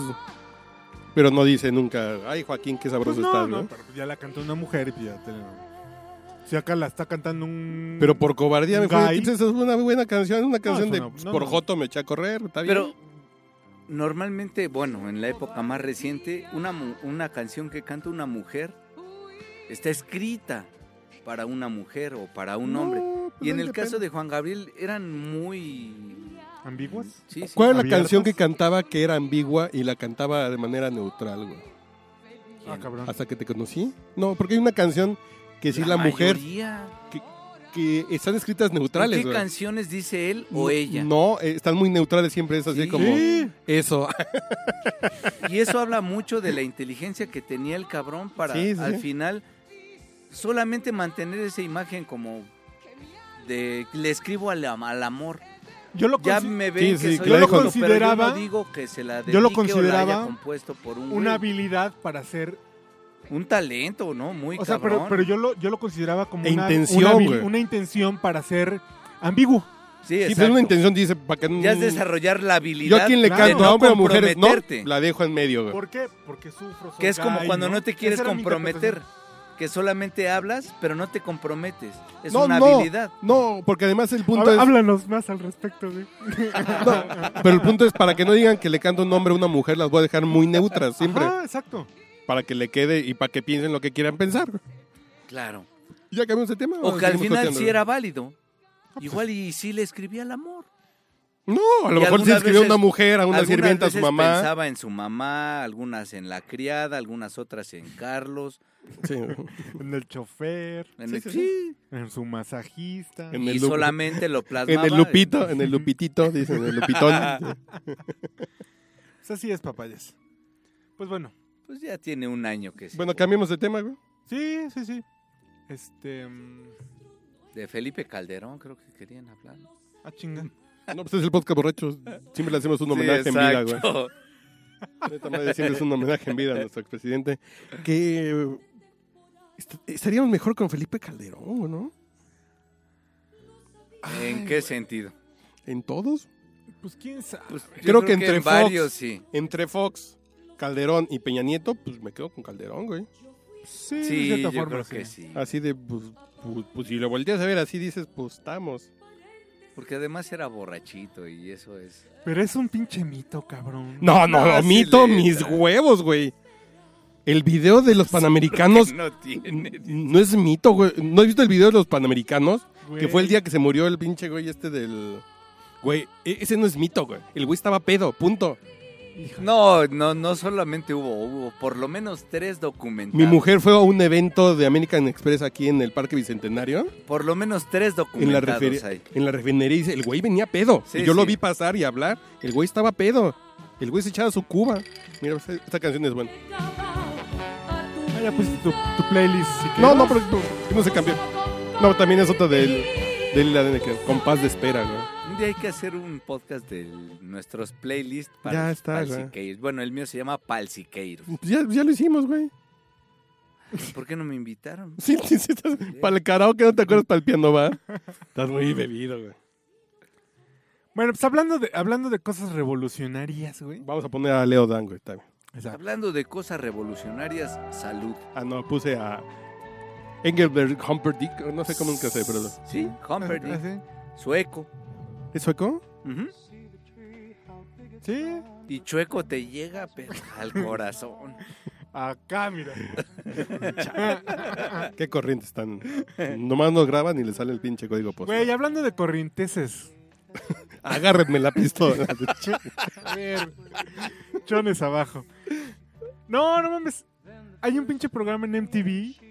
Speaker 3: Pero no dice nunca, ay, Joaquín, qué
Speaker 2: Pues
Speaker 3: sabroso
Speaker 2: no,
Speaker 3: estás,
Speaker 2: no,
Speaker 3: ¿no?
Speaker 2: pero ya la cantó una mujer y ya te Si acá la está cantando un...
Speaker 3: Pero por cobardía me fue.
Speaker 2: Guy.
Speaker 3: Esa es una buena canción, una canción
Speaker 2: es
Speaker 3: de
Speaker 2: una- no,
Speaker 3: por
Speaker 2: no.
Speaker 3: Joto me eché a correr, está bien.
Speaker 6: Pero normalmente, bueno, en la época más reciente, una, mu- una canción que canta una mujer está escrita para una mujer o para un hombre. Y en el caso de Juan Gabriel eran muy...
Speaker 2: ¿Ambiguas?
Speaker 6: Sí, sí.
Speaker 3: ¿Cuál es la
Speaker 2: ¿Abiertas?
Speaker 3: canción que cantaba que era ambigua y la cantaba de manera neutral, güey?
Speaker 2: Ah, cabrón.
Speaker 3: Hasta que te conocí. No, porque hay una canción que sí la, mujer
Speaker 6: mayoría.
Speaker 3: que están escritas
Speaker 6: ¿En
Speaker 3: neutrales,
Speaker 6: ¿Qué
Speaker 3: güey.
Speaker 6: canciones dice él o ella?
Speaker 3: No, eh, están muy neutrales siempre, es así
Speaker 6: Sí.
Speaker 3: como eso.
Speaker 6: Y eso habla mucho de la inteligencia que tenía el cabrón para
Speaker 3: Sí, sí,
Speaker 6: al
Speaker 3: sí.
Speaker 6: final solamente mantener esa imagen como de le escribo al, am- al amor.
Speaker 2: Yo lo
Speaker 6: Ya
Speaker 2: consi-
Speaker 6: me
Speaker 3: Sí,
Speaker 6: ven
Speaker 3: sí,
Speaker 6: que soy
Speaker 3: yo lo
Speaker 6: loco, pero
Speaker 2: consideraba-
Speaker 6: yo no digo que se la
Speaker 2: yo lo
Speaker 6: dedique o la haya
Speaker 2: consideraba
Speaker 6: compuesto por un
Speaker 2: una
Speaker 6: güey.
Speaker 2: habilidad para ser
Speaker 6: un talento, ¿no? Muy
Speaker 2: O sea,
Speaker 6: cabrón.
Speaker 2: pero, pero yo, lo, yo lo consideraba como
Speaker 3: E
Speaker 2: una,
Speaker 3: intención,
Speaker 2: una habil-
Speaker 3: güey.
Speaker 2: una intención para ser ambiguo.
Speaker 6: sí,
Speaker 3: Sí,
Speaker 6: exacto.
Speaker 3: pero una intención dice para que no-
Speaker 6: Ya es desarrollar la habilidad.
Speaker 3: Yo a quien le
Speaker 2: Claro.
Speaker 3: canto,
Speaker 6: de
Speaker 3: a
Speaker 6: no
Speaker 3: hombre o mujeres, no,
Speaker 6: comprometerte.
Speaker 3: la dejo en medio, güey.
Speaker 2: ¿Por qué? Porque sufro. soy
Speaker 6: Que es como
Speaker 2: gay,
Speaker 6: cuando no te quieres
Speaker 2: Esa era mi
Speaker 6: comprometer.
Speaker 2: interpretación.
Speaker 6: Que solamente hablas, pero no te comprometes. Es
Speaker 3: No,
Speaker 6: una
Speaker 3: no,
Speaker 6: habilidad.
Speaker 3: No, porque además el punto
Speaker 2: Hab-
Speaker 3: es.
Speaker 2: Háblanos más al respecto, güey.
Speaker 3: no, pero el punto es para que no digan que le canto un hombre a una mujer, las voy a dejar muy neutras siempre.
Speaker 2: Ajá, exacto.
Speaker 3: Para que le quede y para que piensen lo que quieran pensar.
Speaker 6: Claro.
Speaker 3: Ya cambiamos de tema.
Speaker 6: O que al
Speaker 3: seguimos pues,
Speaker 6: final
Speaker 3: coteando,
Speaker 6: sí
Speaker 3: güey?
Speaker 6: era válido. Igual y sí le escribía al amor.
Speaker 3: No, a lo
Speaker 6: Y
Speaker 3: mejor sí
Speaker 6: algunas
Speaker 3: escribió a una
Speaker 6: veces-
Speaker 3: mujer, a una
Speaker 6: Algunas
Speaker 3: sirvienta, a su
Speaker 6: veces
Speaker 3: mamá.
Speaker 6: Pensaba en su mamá, algunas en la criada, algunas otras en Carlos.
Speaker 3: Sí.
Speaker 2: En el chofer,
Speaker 6: En
Speaker 3: Sí,
Speaker 6: el-
Speaker 3: sí, sí.
Speaker 6: sí.
Speaker 2: en su masajista.
Speaker 3: En
Speaker 6: Y
Speaker 3: el Lu-
Speaker 6: solamente lo
Speaker 3: En
Speaker 6: plasmaba.
Speaker 3: el Lupito, en el Lupitito, dicen, en el Lupitón.
Speaker 2: Pues así es, papayas. Pues bueno.
Speaker 6: Pues ya tiene un año que sí.
Speaker 3: Bueno, cambiemos de tema, güey.
Speaker 2: Sí, sí, sí. Este. mm,
Speaker 6: De Felipe Calderón creo que querían hablar.
Speaker 2: Ah, chinga.
Speaker 6: Mm.
Speaker 3: No, pues es el podcast borracho. Siempre le hacemos un homenaje en vida, güey. Esta madre siempre es un homenaje en vida a nuestro expresidente. Que eh, est- estaríamos mejor con Felipe Calderón, ¿no?
Speaker 6: ¿En qué sentido?
Speaker 3: En todos.
Speaker 2: Pues quién sabe.
Speaker 6: Pues yo
Speaker 3: Creo que entre
Speaker 6: en
Speaker 3: Fox-
Speaker 6: varios sí.
Speaker 3: Entre Fox, Calderón y Peña Nieto, pues me quedo con Calderón, güey.
Speaker 2: Sí,
Speaker 6: Sí,
Speaker 2: de
Speaker 6: yo
Speaker 2: cierta forma.
Speaker 6: creo que sí.
Speaker 3: Así de, pues, pues, pues, si lo volteas a ver así, dices, pues estamos.
Speaker 6: Porque además era borrachito y eso es.
Speaker 2: Pero es un pinche mito, cabrón.
Speaker 3: No, no,
Speaker 6: No, sí
Speaker 3: omito
Speaker 6: le-
Speaker 3: mis huevos, güey. El video de los panamericanos.
Speaker 6: No tiene.
Speaker 3: No es mito, güey. ¿No has visto el video de los panamericanos?
Speaker 2: Güey.
Speaker 3: Que fue el día que se murió el pinche güey este del... Güey, e- ese no es mito, güey. El güey estaba pedo, punto.
Speaker 6: No, no, no solamente hubo, hubo por lo menos tres documentales.
Speaker 3: Mi mujer fue a un evento de American Express aquí en el Parque Bicentenario.
Speaker 6: Por lo menos tres
Speaker 3: En la,
Speaker 6: documentados
Speaker 3: refer-
Speaker 6: hay.
Speaker 3: en la refinería. y dice, el güey venía pedo.
Speaker 6: Sí,
Speaker 3: y yo lo
Speaker 6: sí.
Speaker 3: vi pasar y hablar. El güey estaba pedo. El güey se echaba su cuba. Mira, esta, esta canción es buena.
Speaker 2: Ah, ya pusiste tu, tu playlist. si
Speaker 3: No,
Speaker 2: quieres.
Speaker 3: no, pero no, no se cambió. No, también es otra del... Del ADN que- compás de espera, güey.
Speaker 6: Un día hay que hacer un podcast de nuestros playlists para
Speaker 3: Ya
Speaker 6: los
Speaker 3: está, güey.
Speaker 6: palsiqueiros. Bueno, el mío se llama Palsiqueiros.
Speaker 3: Pues Ya, ya lo hicimos, güey.
Speaker 6: ¿Por qué no me invitaron?
Speaker 3: Sí, sí, sí. Estás... Para el karaoke no te acuerdas para el piano, va. Estás muy bebido, güey.
Speaker 2: Bueno, pues hablando de, hablando de cosas revolucionarias, güey.
Speaker 3: Vamos a poner a Leo Dan, güey. está bien.
Speaker 2: Exacto.
Speaker 6: Hablando de cosas revolucionarias, salud.
Speaker 3: Ah, no, puse a Engelbert Humperdinck. No sé cómo es que se pero.
Speaker 6: Sí,
Speaker 2: Ah,
Speaker 6: Humperdinck, sueco.
Speaker 3: ¿Es sueco?
Speaker 6: Ujú.
Speaker 2: Sí.
Speaker 6: Y chueco te llega pero, al corazón.
Speaker 2: Acá, mira. Ah.
Speaker 3: Qué corrientes tan. Nomás nos graban y le sale el pinche código postal.
Speaker 2: Güey, hablando de corrienteses.
Speaker 3: Agárrenme la pistola.
Speaker 2: A ver. Chones abajo. No, no mames. Hay un pinche programa en MTV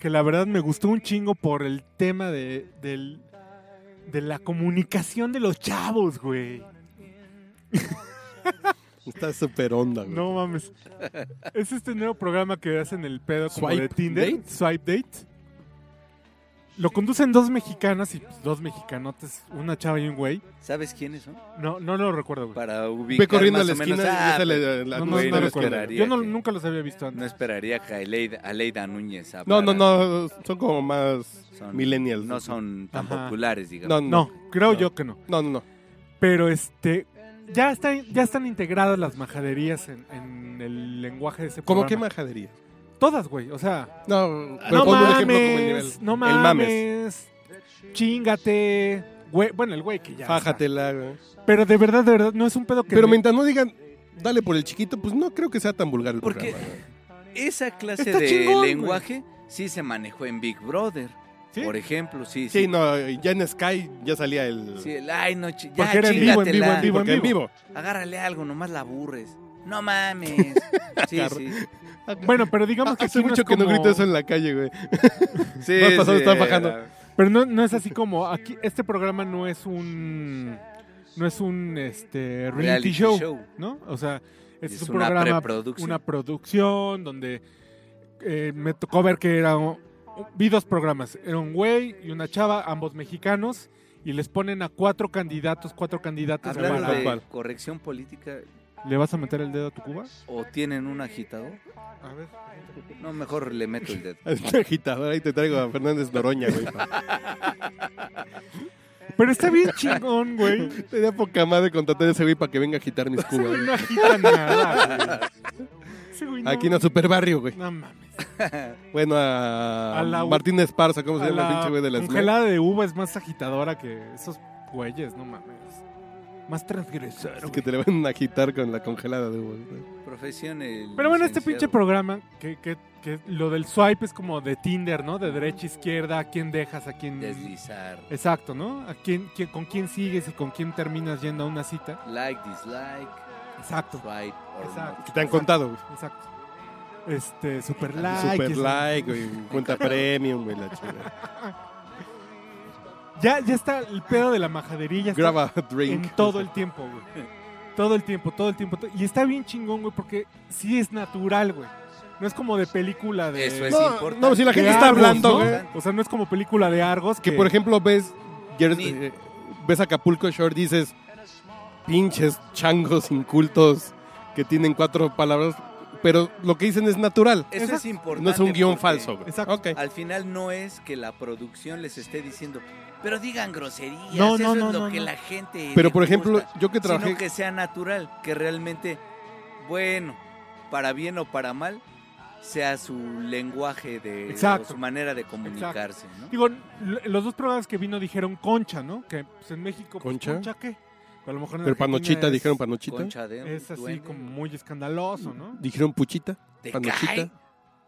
Speaker 2: que la verdad me gustó un chingo por el tema de, del, de la comunicación de los chavos, güey.
Speaker 3: Está súper onda, güey.
Speaker 2: No mames. Es este nuevo programa que hacen el pedo como
Speaker 3: Swipe
Speaker 2: de Tinder.
Speaker 3: Date.
Speaker 2: Swipe Date. Lo conducen dos mexicanas y pues, dos mexicanotes, una chava y un güey.
Speaker 6: ¿Sabes quiénes son?
Speaker 2: No, no lo recuerdo, güey.
Speaker 6: Para ubicar
Speaker 3: Ve corriendo a
Speaker 6: más
Speaker 3: la
Speaker 6: o menos,
Speaker 3: esquina
Speaker 6: ah,
Speaker 3: y ya sale la- la-
Speaker 2: No, no,
Speaker 3: güey,
Speaker 2: no
Speaker 3: la
Speaker 2: recuerdo.
Speaker 3: esquina.
Speaker 6: esperaría
Speaker 2: Yo no-
Speaker 6: que-
Speaker 2: nunca los había visto
Speaker 6: No
Speaker 2: antes.
Speaker 6: esperaría que Aleida, Aleida Núñez
Speaker 3: No,
Speaker 6: hablara.
Speaker 3: no, no. Son como más
Speaker 6: Son-
Speaker 3: millennials.
Speaker 6: No son tan
Speaker 2: Ajá.
Speaker 6: populares, digamos.
Speaker 3: No, no.
Speaker 2: No, creo
Speaker 3: No.
Speaker 2: yo que no.
Speaker 3: No, no, no.
Speaker 2: Pero este, ya están, ya están integradas las majaderías en, en el lenguaje de ese
Speaker 3: ¿Cómo
Speaker 2: programa.
Speaker 3: qué majadería?
Speaker 2: Todas, güey. O sea,
Speaker 3: No, pero
Speaker 2: Ah, no
Speaker 3: pon un
Speaker 2: mames,
Speaker 3: ejemplo como el nivel.
Speaker 2: no
Speaker 3: El mames.
Speaker 2: mames, chingate, güey, bueno, el güey que ya. o sea,
Speaker 3: Fájatela, güey.
Speaker 2: Pero de verdad, de verdad, no es un pedo que.
Speaker 3: Pero
Speaker 2: me-
Speaker 3: mientras no digan, dale por el chiquito, pues no creo que sea tan vulgar el
Speaker 6: Porque
Speaker 3: programa. güey.
Speaker 6: esa clase
Speaker 2: Está
Speaker 6: de
Speaker 2: chingón, güey.
Speaker 6: lenguaje sí se manejó en Big Brother.
Speaker 2: ¿Sí?
Speaker 6: Por ejemplo, sí, sí.
Speaker 3: Sí, no, ya en Sky ya salía el...
Speaker 6: Sí, el, ay, no, chi- ya,
Speaker 2: Porque era en vivo, en vivo,
Speaker 6: chíngatela.
Speaker 2: en
Speaker 3: Sí,
Speaker 2: vivo,
Speaker 3: porque en vivo.
Speaker 6: Agárrale algo, nomás la aburres. No mames. Sí, sí.
Speaker 2: Bueno, pero digamos que
Speaker 3: Ah, Hace
Speaker 2: aquí
Speaker 3: mucho
Speaker 2: no es
Speaker 3: que no
Speaker 2: como-
Speaker 3: grito eso en la calle, güey.
Speaker 6: Sí,
Speaker 3: Más pasado
Speaker 6: sí,
Speaker 3: estaba bajando.
Speaker 6: era-
Speaker 2: Pero no, no es así como aquí. Este programa no es un no es un este reality,
Speaker 6: Reality
Speaker 2: show,
Speaker 6: show.
Speaker 2: ¿no? O sea, este
Speaker 6: Es
Speaker 2: es un
Speaker 6: una
Speaker 2: programa,
Speaker 6: preproducción.
Speaker 2: una producción donde eh, me tocó ver que era un- vi dos programas, era un güey y una chava, ambos mexicanos, y les ponen a cuatro candidatos, cuatro candidatos.
Speaker 6: Hablando
Speaker 2: para-
Speaker 6: de
Speaker 3: cual.
Speaker 6: corrección política,
Speaker 2: ¿Le vas a meter el dedo a tu cuba?
Speaker 6: ¿O tienen un agitador?
Speaker 2: A ver.
Speaker 6: No, mejor le meto el dedo.
Speaker 3: Es una agitadora ahí te traigo a Fernández Noroña, güey.
Speaker 2: Pero está bien chingón, güey.
Speaker 3: Tenía poca madre contratar a ese güey para que venga a agitar mis
Speaker 2: Ese güey
Speaker 3: cubas.
Speaker 2: no agita nada, güey. Ese güey no-
Speaker 3: Aquí Pues, en el superbarrio, güey.
Speaker 2: No mames.
Speaker 3: Bueno, a,
Speaker 2: A la-
Speaker 3: Martín Esparza, ¿cómo se
Speaker 2: A
Speaker 3: llama el
Speaker 2: la
Speaker 3: pinche güey de las
Speaker 2: congelada de uva es más agitadora que esos güeyes, no mames. Más transgresor.
Speaker 3: que
Speaker 2: güey.
Speaker 3: te le van a agitar con la congelada de uva, güey.
Speaker 6: Profesión el
Speaker 2: Pero bueno, este pinche
Speaker 6: licenciado.
Speaker 2: programa, que, que, que lo del swipe es como de Tinder, ¿no? De derecha a izquierda, a quién dejas, a quién...
Speaker 6: Deslizar.
Speaker 2: Exacto, ¿no? A quién, quién- con quién sigues y con quién terminas yendo a una cita.
Speaker 6: Like, dislike,
Speaker 2: Exacto,
Speaker 6: swipe or
Speaker 2: Exacto.
Speaker 3: Que te han contado, güey.
Speaker 2: exacto. Este, super like.
Speaker 3: Super
Speaker 2: esa-
Speaker 3: like, güey. Cuenta premium, güey, la chingada.
Speaker 2: este, Ya, ya está el pedo de la majaderilla. está-
Speaker 3: Graba a drink.
Speaker 2: en todo el tiempo, güey. Todo el tiempo, todo el tiempo. to- Y está bien chingón, güey, porque sí es natural, güey. No es como de película de.
Speaker 6: Eso es
Speaker 2: de
Speaker 3: No,
Speaker 6: importante.
Speaker 3: no, si la gente está
Speaker 2: Argos,
Speaker 3: hablando,
Speaker 2: ¿no?
Speaker 3: güey.
Speaker 2: O sea, no es como película de Argos.
Speaker 3: Que por ejemplo ves, Gers-
Speaker 6: Ni-
Speaker 3: eh, ves Acapulco Shore, dices, pinches changos incultos que tienen cuatro palabras, pero lo que dicen es natural,
Speaker 6: Eso es
Speaker 2: Exacto.
Speaker 6: importante.
Speaker 3: no es un guión
Speaker 6: porque
Speaker 3: falso. güey.
Speaker 2: Exacto.
Speaker 3: Ok.
Speaker 6: Al final no es que la producción les esté diciendo, pero digan groserías,
Speaker 2: No,
Speaker 6: eso
Speaker 2: no,
Speaker 6: es
Speaker 2: no,
Speaker 6: lo
Speaker 2: no,
Speaker 6: que
Speaker 2: no.
Speaker 6: la gente.
Speaker 3: Pero
Speaker 6: le
Speaker 3: por ejemplo,
Speaker 6: gusta",
Speaker 3: yo que trabajé,
Speaker 6: sino que sea natural, que realmente, bueno, para bien o para mal, sea su lenguaje de
Speaker 2: Exacto.
Speaker 6: o su manera de comunicarse, ¿no?
Speaker 2: Digo, lo- los dos programas que vino dijeron concha, ¿no? Que pues, en México. pues,
Speaker 3: ¿Concha?
Speaker 2: ¿Concha qué? Pero a lo mejor en
Speaker 3: pero
Speaker 2: Argentina
Speaker 3: panochita,
Speaker 2: es-
Speaker 3: dijeron panochita,
Speaker 6: Concha de un
Speaker 2: Es así
Speaker 6: duende.
Speaker 2: como muy escandaloso, ¿no?
Speaker 3: dijeron puchita,
Speaker 6: ¿Te
Speaker 3: panochita.
Speaker 6: cae?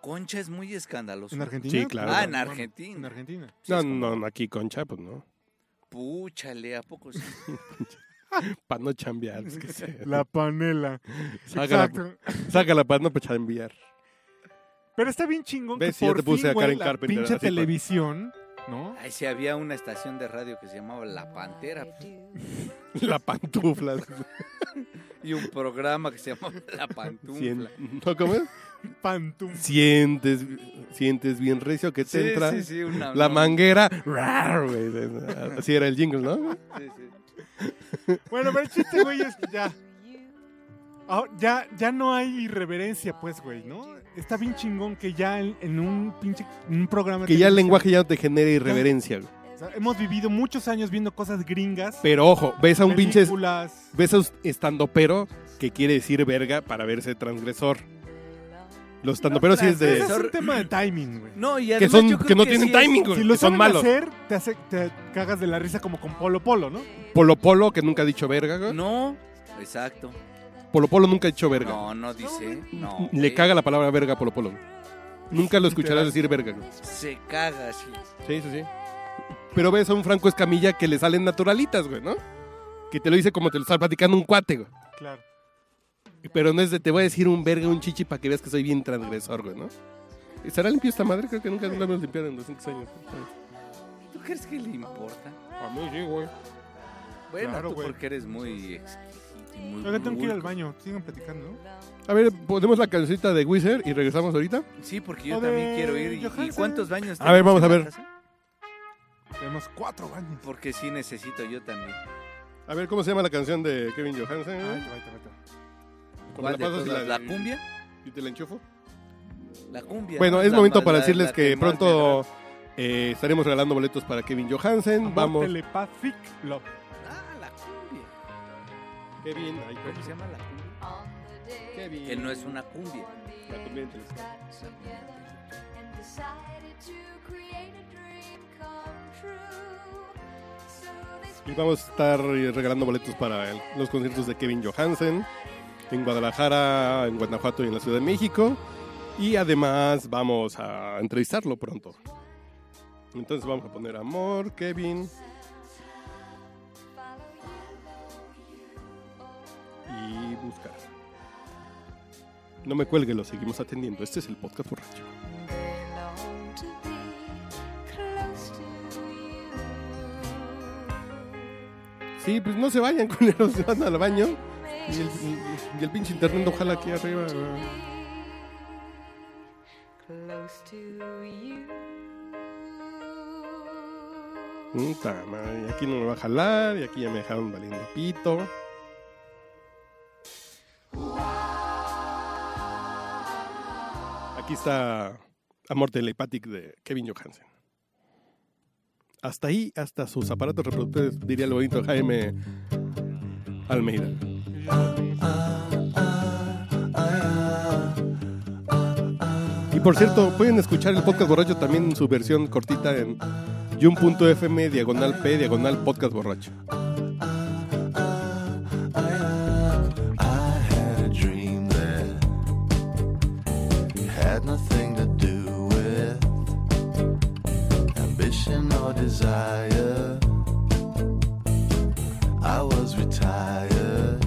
Speaker 6: Concha es muy escandaloso.
Speaker 2: En Argentina.
Speaker 3: Sí, claro.
Speaker 6: Ah, en
Speaker 2: Bueno,
Speaker 6: Argentina.
Speaker 2: En Argentina.
Speaker 6: Sí,
Speaker 3: No,
Speaker 6: es como,
Speaker 3: no, no, aquí concha, pues no.
Speaker 6: Púchale, ¿a poco sí?
Speaker 3: Para no chambear. pues, que sea.
Speaker 2: La panela.
Speaker 3: Sácala.
Speaker 2: Exacto.
Speaker 3: Sácala para no chambear.
Speaker 2: Pero está bien chingón
Speaker 3: ¿Ves?
Speaker 2: que
Speaker 3: Ya
Speaker 2: por
Speaker 3: te puse
Speaker 2: fin,
Speaker 3: a
Speaker 2: güey,
Speaker 3: Karen
Speaker 2: la
Speaker 3: Carpenter,
Speaker 2: pinche
Speaker 3: así, pa-
Speaker 2: televisión, ¿no?
Speaker 6: Ay, sí, había una estación de radio que se llamaba La Pantera
Speaker 3: La pantufla.
Speaker 6: y un programa que se llamaba La Pantufla.
Speaker 3: Sien- ¿No cómo es?
Speaker 2: Pantum.
Speaker 3: Sientes, sientes bien recio que te
Speaker 6: Sí,
Speaker 3: entra.
Speaker 6: sí, sí, una-
Speaker 3: La
Speaker 6: no,
Speaker 3: manguera. rar, güey. Así era el jingle, ¿no?
Speaker 6: sí, sí.
Speaker 2: Bueno, pero el chiste, güey, es que ya. ah, Ya, ya no hay irreverencia, pues, güey, ¿no? Está bien chingón que ya en, en un pinche en un programa. de
Speaker 3: Que ya el
Speaker 2: televisión,
Speaker 3: lenguaje ya no te genera irreverencia, güey.
Speaker 2: o sea, hemos vivido muchos años viendo cosas gringas.
Speaker 3: Pero ojo, ves a un pinche.
Speaker 2: películas.
Speaker 3: Ves a un estandopero que quiere decir verga para verse transgresor. Los estandoperos sí es
Speaker 2: Ese
Speaker 3: de.
Speaker 2: es un tema de timing, güey.
Speaker 6: No, y
Speaker 3: Que,
Speaker 6: además
Speaker 3: son,
Speaker 6: yo
Speaker 3: que,
Speaker 6: creo
Speaker 3: no tienen
Speaker 6: sí es-
Speaker 3: timing, güey.
Speaker 2: Si lo
Speaker 3: que son
Speaker 2: saben
Speaker 3: malos.
Speaker 2: hacer, te, hace, te cagas de la risa como con Polo Polo, ¿no?
Speaker 3: Polo Polo, que nunca ha dicho verga, güey.
Speaker 6: No, exacto.
Speaker 3: Polo Polo nunca ha dicho verga.
Speaker 6: No, no dice. No. eh,
Speaker 3: Le
Speaker 6: güey.
Speaker 3: caga la palabra verga a Polo Polo. güey. Nunca lo escucharás decir verga, güey.
Speaker 6: Se caga así.
Speaker 3: Sí, sí, sí. Pero ves a un Franco Escamilla que le salen naturalitas, güey, ¿no? Que te lo dice como te lo está platicando un cuate, güey.
Speaker 2: Claro.
Speaker 3: Pero no es de te voy a decir un verga, un chichi para que veas que soy bien transgresor, güey, ¿no? ¿Estará limpio esta madre? Creo que nunca lo hemos limpiado en 200 años.
Speaker 6: ¿Tú crees que le importa?
Speaker 3: A mí sí, güey.
Speaker 6: Bueno,
Speaker 2: Claro,
Speaker 6: tú
Speaker 2: güey.
Speaker 6: porque eres muy exquisito. y muy
Speaker 2: Yo tengo que ir al
Speaker 6: vulgo.
Speaker 2: baño. Sigan platicando, ¿no?
Speaker 3: A ver, ponemos la cancioncita de Wizard y regresamos ahorita.
Speaker 6: Sí, porque yo
Speaker 2: O de
Speaker 6: también quiero ir. ¿Y- ¿Y,
Speaker 2: Johansen.
Speaker 6: cuántos baños
Speaker 3: A ver,
Speaker 6: tenemos
Speaker 3: vamos
Speaker 6: en
Speaker 3: a
Speaker 6: la
Speaker 3: ver.
Speaker 6: casa?
Speaker 2: Tenemos cuatro baños.
Speaker 6: Porque sí necesito yo también.
Speaker 3: A ver, ¿cómo se llama la canción de Kevin
Speaker 2: Ah,
Speaker 3: Johansen?
Speaker 2: ahí te va,
Speaker 3: güey?
Speaker 2: ahí te va, ahí te va.
Speaker 3: Cuando
Speaker 6: ¿Cuál de
Speaker 3: pasas y
Speaker 6: todas?
Speaker 3: la-
Speaker 6: la, cumbia?
Speaker 3: ¿Y te la enchufo?
Speaker 6: La cumbia.
Speaker 3: Bueno,
Speaker 6: ¿no?
Speaker 3: es
Speaker 6: La
Speaker 3: momento
Speaker 6: más-
Speaker 3: para
Speaker 6: la-
Speaker 3: decirles
Speaker 6: la
Speaker 3: que
Speaker 6: más me
Speaker 3: pronto eh, estaremos regalando boletos para Kevin Johansen.
Speaker 2: Amor
Speaker 3: Vamos.
Speaker 2: Telepathic Love.
Speaker 6: agrada. Ah, la cumbia.
Speaker 3: Kevin, ahí,
Speaker 6: ¿Cómo se llama la cumbia? Que no es una cumbia.
Speaker 3: La cumbia entre los- Y vamos a estar eh, regalando boletos para el- los conciertos de Kevin Johansen en Guadalajara, en Guanajuato y en la Ciudad de México. Y además vamos a entrevistarlo pronto. Entonces vamos a poner amor, Kevin. Y buscar. No me cuelgue, lo seguimos atendiendo. Este es el podcast borracho. Sí, pues no se vayan, culeros, se van al baño. Y el, y el pinche internet ojalá aquí arriba. güey.
Speaker 7: Close to you.
Speaker 3: Puta madre, y aquí no me va a jalar, y aquí ya me dejaron valiendo pito. Aquí está Amor Telepathic de Kevin Johansen. Hasta ahí, hasta sus aparatos reproductores, diría el bonito Jaime Almeida. Y por cierto, pueden escuchar el podcast borracho también en su versión cortita en yun.fm diagonal p diagonal podcast borracho.
Speaker 8: I had a dream that had nothing to do with ambition or desire. I was retired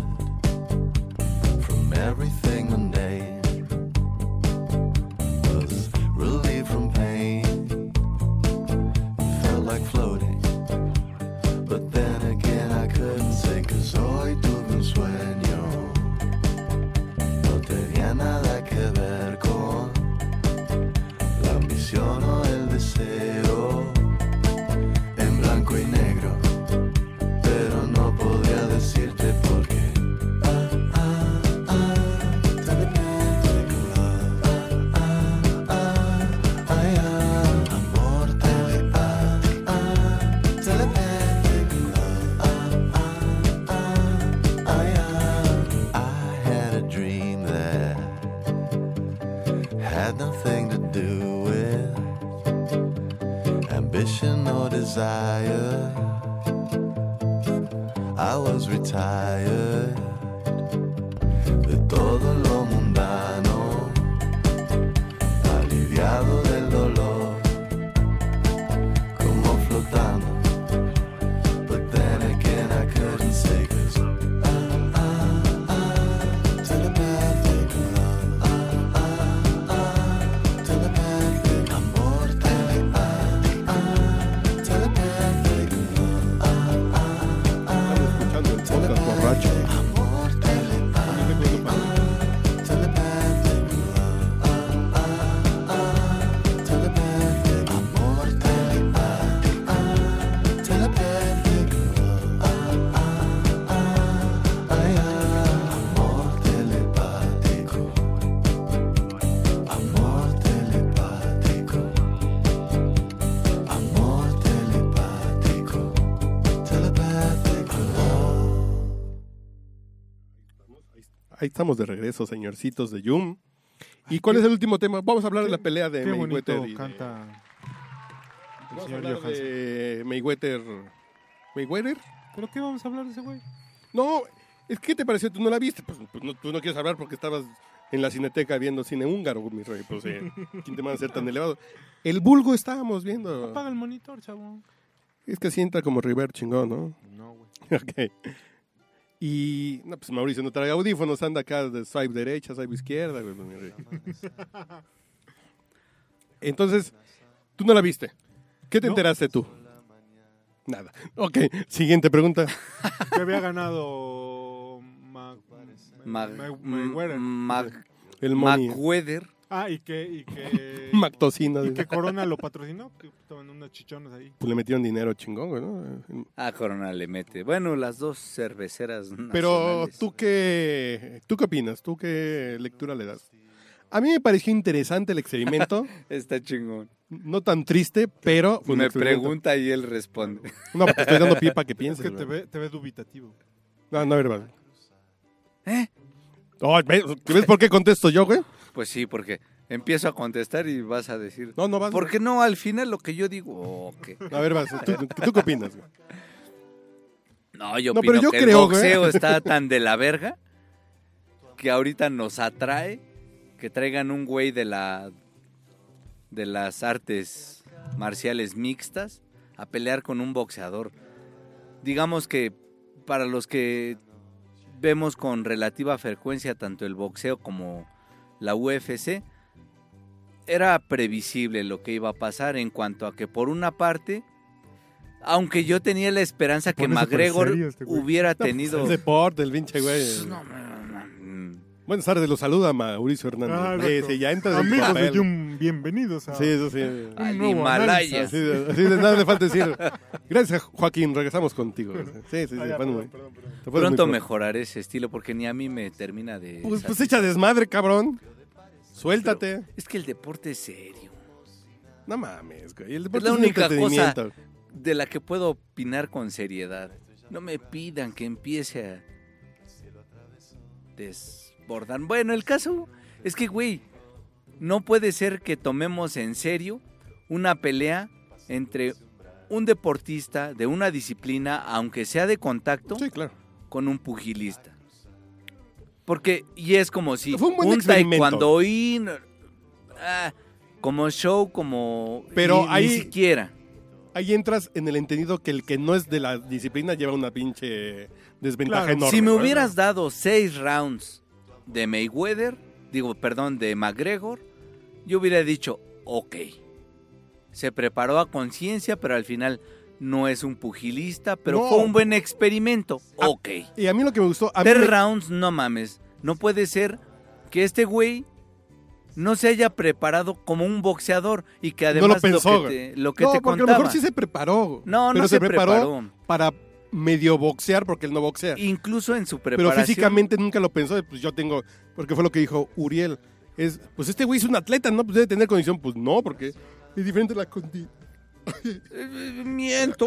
Speaker 8: from everything mundane, was relieved from pain, felt like floating. But then again, I couldn't say, cause hoy tuve un sueño. No tenía nada que ver con la ambición o el deseo. En blanco y negro, pero no podría decirte por qué. Ah, ah, ah, telepático. Ah, ah, ah, ay, ah. Amor telepático. Ah, I had a dream that had nothing to do with ambition or desire. I was retired de todo lo mundano, aliviado del dolor, como flotando. But then again, I couldn't say 'cause ah, ah, ah, telepathic love. Ah, ah, ah, telepathic amor. Telepathic, ah, telepathic love. Ah, ah, ah,
Speaker 3: Estamos escuchando el podcast borracho.
Speaker 8: amor. Telepathic, ah, telepathic love. Ah, ah, ah, telepathic amor. Telepathic, ah, telepathic love. Ay, ah, amor telepático, amor telepático, amor telepático, telepático love.
Speaker 3: Ahí estamos de regreso, señorcitos de Yum. ¿Y cuál es el último tema? Vamos a hablar de la pelea
Speaker 2: Qué
Speaker 3: de Mayweather.
Speaker 2: bonito
Speaker 3: y de-
Speaker 2: canta el
Speaker 3: Vamos a
Speaker 2: señor
Speaker 3: hablar
Speaker 2: Johansson.
Speaker 3: de Mayweather. ¿Mayweather?
Speaker 2: ¿Pero qué vamos a hablar de ese güey?
Speaker 3: No, es que te pareció, tú no la viste. Pues, pues, no, tú no quieres hablar porque estabas en la cineteca viendo cine húngaro, mi rey. Pues, eh, ¿Quién te manda a ser tan elevado? El vulgo estábamos viendo.
Speaker 2: Apaga el monitor, chavo.
Speaker 3: Es que así entra como River chingón, ¿no?
Speaker 2: No, güey.
Speaker 3: Ok. Y, no, pues Mauricio no trae audífonos, anda acá de swipe derecha, swipe izquierda, güey, pues, mi rey. Entonces, tú no la viste. ¿Qué te
Speaker 2: No.
Speaker 3: enteraste tú? Nada. Ok, siguiente pregunta.
Speaker 2: Que había ganado Ma- Ma-
Speaker 6: Mag- mm,
Speaker 2: Ma- Mayweather.
Speaker 6: Mag-
Speaker 3: El money.
Speaker 6: Magweather.
Speaker 2: Ah, y que, y que,
Speaker 3: Mactocina.
Speaker 2: y
Speaker 3: dice.
Speaker 2: que Corona lo patrocinó, que estaban unos chichones ahí.
Speaker 3: Pues le metieron dinero chingón, güey, ¿no?
Speaker 6: Ah, Corona le mete. Bueno, las dos cerveceras
Speaker 3: Pero
Speaker 6: nacionales.
Speaker 3: tú qué, tú qué opinas, tú qué lectura le das. A mí me pareció interesante el experimento,
Speaker 6: Está chingón.
Speaker 3: no tan triste, pero fue un
Speaker 6: Me
Speaker 3: experimento.
Speaker 6: pregunta y él responde.
Speaker 3: No, pues te estoy dando pie para que
Speaker 2: Es
Speaker 3: pienses.
Speaker 2: que te
Speaker 3: güey.
Speaker 2: ve, te ve dubitativo.
Speaker 3: No, no, a ver, va.
Speaker 6: ¿Eh?
Speaker 3: Oh, ¿ves? ¿Ves por qué contesto yo, güey?
Speaker 6: Pues sí, porque empiezo a contestar y vas a decir.
Speaker 3: No, no vas.
Speaker 6: ¿Por qué no? Al final lo que yo digo. oh, que-
Speaker 3: A ver, vas. ¿Tú, tú qué opinas, güey?
Speaker 6: No, yo
Speaker 3: No,
Speaker 6: opino
Speaker 3: pero yo
Speaker 6: que
Speaker 3: creo, ¿eh?
Speaker 6: el
Speaker 3: güey.
Speaker 6: boxeo está tan de la verga que ahorita nos atrae que traigan un güey de la de las artes marciales mixtas a pelear con un boxeador. Digamos que para los que vemos con relativa frecuencia tanto el boxeo como la UFC era previsible lo que iba a pasar en cuanto a que por una parte aunque yo tenía la esperanza que
Speaker 2: pone súper
Speaker 6: McGregor
Speaker 2: serio este güey.
Speaker 6: hubiera tenido
Speaker 3: El deporte, el pinche güey.
Speaker 6: no, no, no, no.
Speaker 3: Buenas tardes, lo saluda Mauricio Hernández.
Speaker 2: Ah,
Speaker 3: Sí,
Speaker 2: exacto.
Speaker 3: sí, ya entras en
Speaker 2: Amigos de
Speaker 3: papel.
Speaker 2: Yum, bienvenidos a...
Speaker 3: Sí, eso sí.
Speaker 6: Al
Speaker 2: nuevo
Speaker 6: Himalaya.
Speaker 3: Así de, así de nada le falta decir. Gracias, Joaquín, regresamos contigo. Sí, sí, sí.
Speaker 2: Ah, ya,
Speaker 3: fue muy-
Speaker 2: perdón, perdón, perdón.
Speaker 3: te fue muy
Speaker 6: Pronto
Speaker 3: pro-
Speaker 2: Pues,
Speaker 6: mejoraré ese estilo porque ni a mí me termina de.
Speaker 3: Pues, pues echa desmadre, cabrón. Suéltate.
Speaker 6: Es que el deporte es serio.
Speaker 3: No mames, güey. El
Speaker 6: Es
Speaker 3: deporte
Speaker 6: la
Speaker 3: es un
Speaker 6: única
Speaker 3: entretenimiento.
Speaker 6: cosa de la que puedo opinar con seriedad. No me pidan que empiece a desbordar. Bueno, el caso es que, güey, no puede ser que tomemos en serio una pelea entre un deportista de una disciplina, aunque sea de contacto,
Speaker 3: Sí, claro.
Speaker 6: con un pugilista. Porque, y es como si
Speaker 3: Fue un buen experimento.
Speaker 6: taekwondoín, ah, como show, como...
Speaker 3: Pero
Speaker 6: ni-
Speaker 3: ahí-
Speaker 6: Ni siquiera.
Speaker 3: Ahí entras en el entendido que el que no es de la disciplina lleva una pinche desventaja
Speaker 2: Claro.
Speaker 3: enorme.
Speaker 6: si me
Speaker 3: ¿verdad?
Speaker 6: hubieras dado seis rounds de Mayweather, digo, perdón, de McGregor, yo hubiera dicho, ok. Se preparó a conciencia, pero al final no es un pugilista, pero
Speaker 3: No.
Speaker 6: fue un buen experimento.
Speaker 3: Ah,
Speaker 6: ok.
Speaker 3: Y a mí lo que me gustó. A mí
Speaker 6: Tres
Speaker 3: me-
Speaker 6: rounds, no mames. No puede ser que este güey no se haya preparado como un boxeador y que además
Speaker 3: no lo pensó.
Speaker 6: lo que
Speaker 3: güey.
Speaker 6: te, lo que
Speaker 3: no,
Speaker 6: te
Speaker 3: porque
Speaker 6: contaba.
Speaker 3: a lo mejor sí se preparó.
Speaker 6: no,
Speaker 3: pero
Speaker 6: no
Speaker 3: se,
Speaker 6: se
Speaker 3: preparó,
Speaker 6: preparó.
Speaker 3: para medio boxear porque él no boxea.
Speaker 6: Incluso en su
Speaker 3: Pero
Speaker 6: preparación.
Speaker 3: físicamente nunca lo pensó. Pues yo tengo. Porque fue lo que dijo Uriel. Es, pues este güey es un atleta, ¿no? Pues debe tener condición. Pues no, porque es diferente la condición.
Speaker 6: Eh, Miento.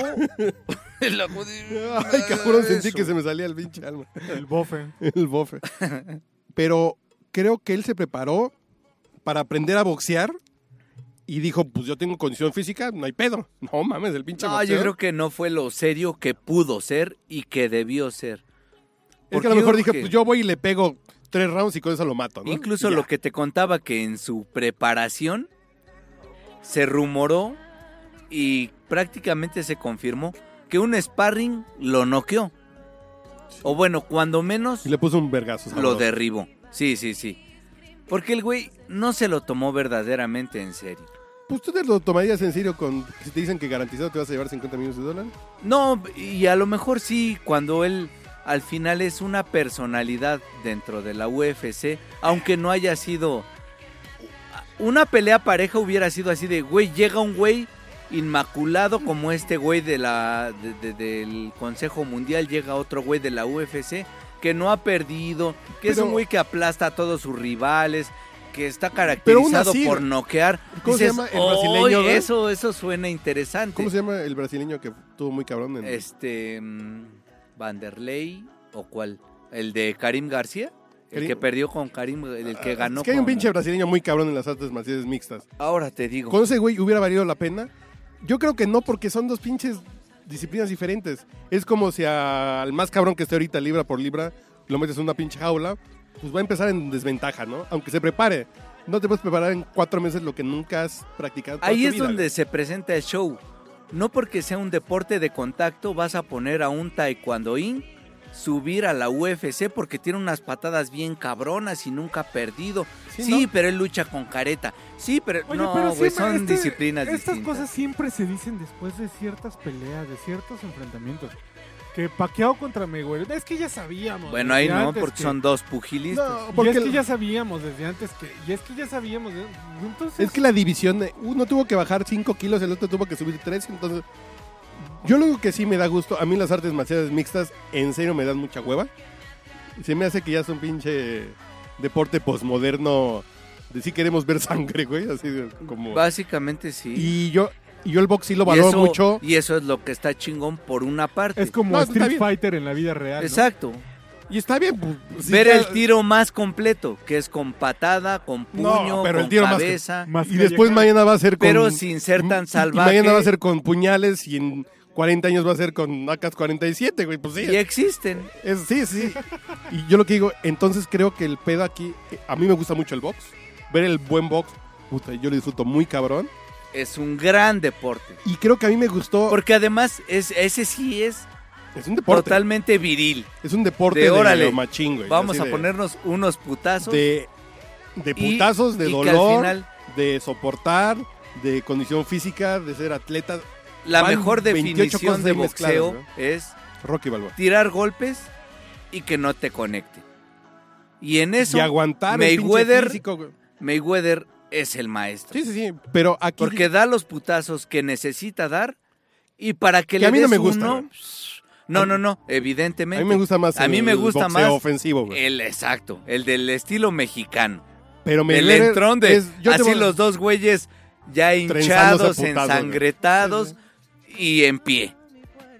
Speaker 6: La jodida.
Speaker 3: Ay, cabrón, sentí
Speaker 6: Ah, Eso.
Speaker 3: que se me salía el pinche alma.
Speaker 2: El bofe.
Speaker 3: El bofe. Pero creo que él se preparó para aprender a boxear y dijo, pues yo tengo condición física, no hay pedo. No mames, el pinche
Speaker 6: No,
Speaker 3: boxeo.
Speaker 6: yo creo que no fue lo serio que pudo ser y que debió ser.
Speaker 3: es que
Speaker 6: porque
Speaker 3: a lo
Speaker 6: yo
Speaker 3: mejor
Speaker 6: creo
Speaker 3: dije,
Speaker 6: que-
Speaker 3: pues yo voy y le pego tres rounds y con eso lo mato, ¿no?
Speaker 6: Incluso
Speaker 3: Y ya.
Speaker 6: lo que te contaba que en su preparación se rumoró y prácticamente se confirmó que un sparring lo noqueó. O bueno, cuando menos
Speaker 3: Y le puso un vergazo.
Speaker 6: lo
Speaker 3: sabroso.
Speaker 6: derribó. Sí, sí, sí. Porque el güey no se lo tomó verdaderamente en serio.
Speaker 3: Pues tú te lo tomarías en serio con... Si te dicen que garantizado te vas a llevar 50 millones de dólares.
Speaker 6: No, y a lo mejor sí, cuando él al final es una personalidad dentro de la UFC, aunque no haya sido... Una pelea pareja hubiera sido así de, güey, llega un güey inmaculado como este güey de la, de- de- del Consejo Mundial, llega otro güey de la UFC que no ha perdido, que es
Speaker 3: Pero-
Speaker 6: un güey que aplasta a todos sus rivales, que está
Speaker 3: aún
Speaker 6: caracterizado
Speaker 3: así,
Speaker 6: por noquear.
Speaker 3: ¿cómo se
Speaker 6: Dices,
Speaker 3: llama el brasileño,
Speaker 6: "Oy,
Speaker 3: güey?"
Speaker 6: eso, eso suena interesante.
Speaker 3: ¿Cómo se llama el brasileño que estuvo muy cabrón? En...
Speaker 6: Este. mm, Vanderlei, ¿o cuál? ¿El de Karim García? El
Speaker 3: Karim-
Speaker 6: que perdió con Karim, el que ganó.
Speaker 3: Ah, Es que hay un
Speaker 6: con-
Speaker 3: pinche brasileño muy cabrón en las artes marciales mixtas.
Speaker 6: Ahora te digo.
Speaker 3: ¿Con ese güey hubiera valido la pena? Yo creo que no, porque son dos pinches disciplinas diferentes. Es como si a- al más cabrón que esté ahorita libra por libra lo metes en una pinche jaula, pues va a empezar en desventaja, ¿no? Aunque se prepare. No te puedes preparar en cuatro meses lo que nunca has practicado. toda
Speaker 6: Ahí
Speaker 3: tu
Speaker 6: es
Speaker 3: vida,
Speaker 6: donde
Speaker 3: güey.
Speaker 6: se presenta el show. No porque sea un deporte de contacto vas a poner a un taekwondoín subir a la UFC porque tiene unas patadas bien cabronas y nunca ha perdido.
Speaker 3: Sí,
Speaker 6: Sí,
Speaker 3: ¿no?
Speaker 6: pero él lucha con careta. Sí, pero
Speaker 2: Oye,
Speaker 6: no,
Speaker 2: pero siempre
Speaker 6: güey, son
Speaker 2: este-
Speaker 6: disciplinas
Speaker 2: Estas
Speaker 6: distintas.
Speaker 2: cosas siempre se dicen después de ciertas peleas, de ciertos enfrentamientos. Que Paqueado contra Mayweather, es que ya sabíamos.
Speaker 6: Bueno,
Speaker 2: desde
Speaker 6: ahí no,
Speaker 2: antes
Speaker 6: porque
Speaker 2: que-
Speaker 6: son dos pugilistas.
Speaker 3: No,
Speaker 2: Y
Speaker 3: porque
Speaker 2: es que ya sabíamos desde antes que... Y es que ya sabíamos... ¿eh? Entonces...
Speaker 3: es que la división, de- uno tuvo que bajar cinco kilos, el otro tuvo que subir tres, entonces... Yo lo único que sí me da gusto, a mí las artes marciales mixtas en serio me dan mucha hueva. Se me hace que ya es un pinche deporte posmoderno de si queremos ver sangre, güey, así de- como...
Speaker 6: Básicamente sí.
Speaker 3: Y yo, y yo el box sí lo valoro mucho.
Speaker 6: Y eso es lo que está chingón por una parte.
Speaker 2: Es como
Speaker 3: No, está
Speaker 2: Street
Speaker 3: bien.
Speaker 2: Fighter en la vida real. ¿no?
Speaker 6: Exacto.
Speaker 3: Y está bien. pues, sí,
Speaker 6: Ver
Speaker 3: ya-
Speaker 6: el tiro más completo, que es con patada, con
Speaker 3: No,
Speaker 6: puño,
Speaker 3: pero el
Speaker 6: con
Speaker 3: tiro más que-
Speaker 6: cabeza,
Speaker 2: Más
Speaker 3: Y después
Speaker 2: callejero.
Speaker 3: mañana va a ser con...
Speaker 6: pero sin ser
Speaker 3: y-
Speaker 6: tan
Speaker 3: y
Speaker 6: salvaje.
Speaker 3: Mañana va a ser con puñales y en 40 años va a ser con AK-47, güey, pues sí.
Speaker 6: Y existen.
Speaker 3: Es- sí, sí. Y yo lo que digo, entonces creo que el pedo aquí, eh, a mí me gusta mucho el box. Ver el buen box, puta, yo lo disfruto muy cabrón.
Speaker 6: Es un gran deporte.
Speaker 3: Y creo que a mí me gustó.
Speaker 6: Porque además es, ese sí es
Speaker 3: es un deporte.
Speaker 6: totalmente viril.
Speaker 3: es un deporte
Speaker 6: de
Speaker 3: de,
Speaker 6: órale,
Speaker 3: machín, güey.
Speaker 6: Vamos
Speaker 3: así
Speaker 6: a
Speaker 3: de-
Speaker 6: ponernos unos putazos.
Speaker 3: De, de
Speaker 6: y-
Speaker 3: putazos, de
Speaker 6: y que al
Speaker 3: dolor,
Speaker 6: final-
Speaker 3: de soportar, de condición física, de ser atleta.
Speaker 6: la
Speaker 3: van
Speaker 6: mejor
Speaker 3: 28
Speaker 6: definición
Speaker 3: cosas
Speaker 6: de
Speaker 3: ahí mezcladas,
Speaker 6: boxeo es
Speaker 3: Rocky Balboa.
Speaker 6: tirar golpes y que no te conecte. Y en eso
Speaker 3: y aguantar el pinche
Speaker 6: Mayweather-
Speaker 3: físico, güey.
Speaker 6: Mayweather es el maestro.
Speaker 3: Sí, sí, sí. Pero aquí.
Speaker 6: Porque da los putazos que necesita dar y para que,
Speaker 3: Que
Speaker 6: le
Speaker 3: a mí no
Speaker 6: des
Speaker 3: me gusta,
Speaker 6: uno-
Speaker 3: güey.
Speaker 6: no, no, no, evidentemente.
Speaker 3: a mí me gusta más
Speaker 6: A mí me
Speaker 3: el
Speaker 6: gusta
Speaker 3: boxeo
Speaker 6: más
Speaker 3: ofensivo, güey.
Speaker 6: el exacto, el del estilo mexicano.
Speaker 3: Pero me
Speaker 6: del
Speaker 3: duele-
Speaker 6: entrón de
Speaker 3: es- yo te
Speaker 6: así
Speaker 3: voy-
Speaker 6: los dos güeyes ya hinchados,
Speaker 3: Trenzándose a putazos,
Speaker 6: ensangretados y en pie.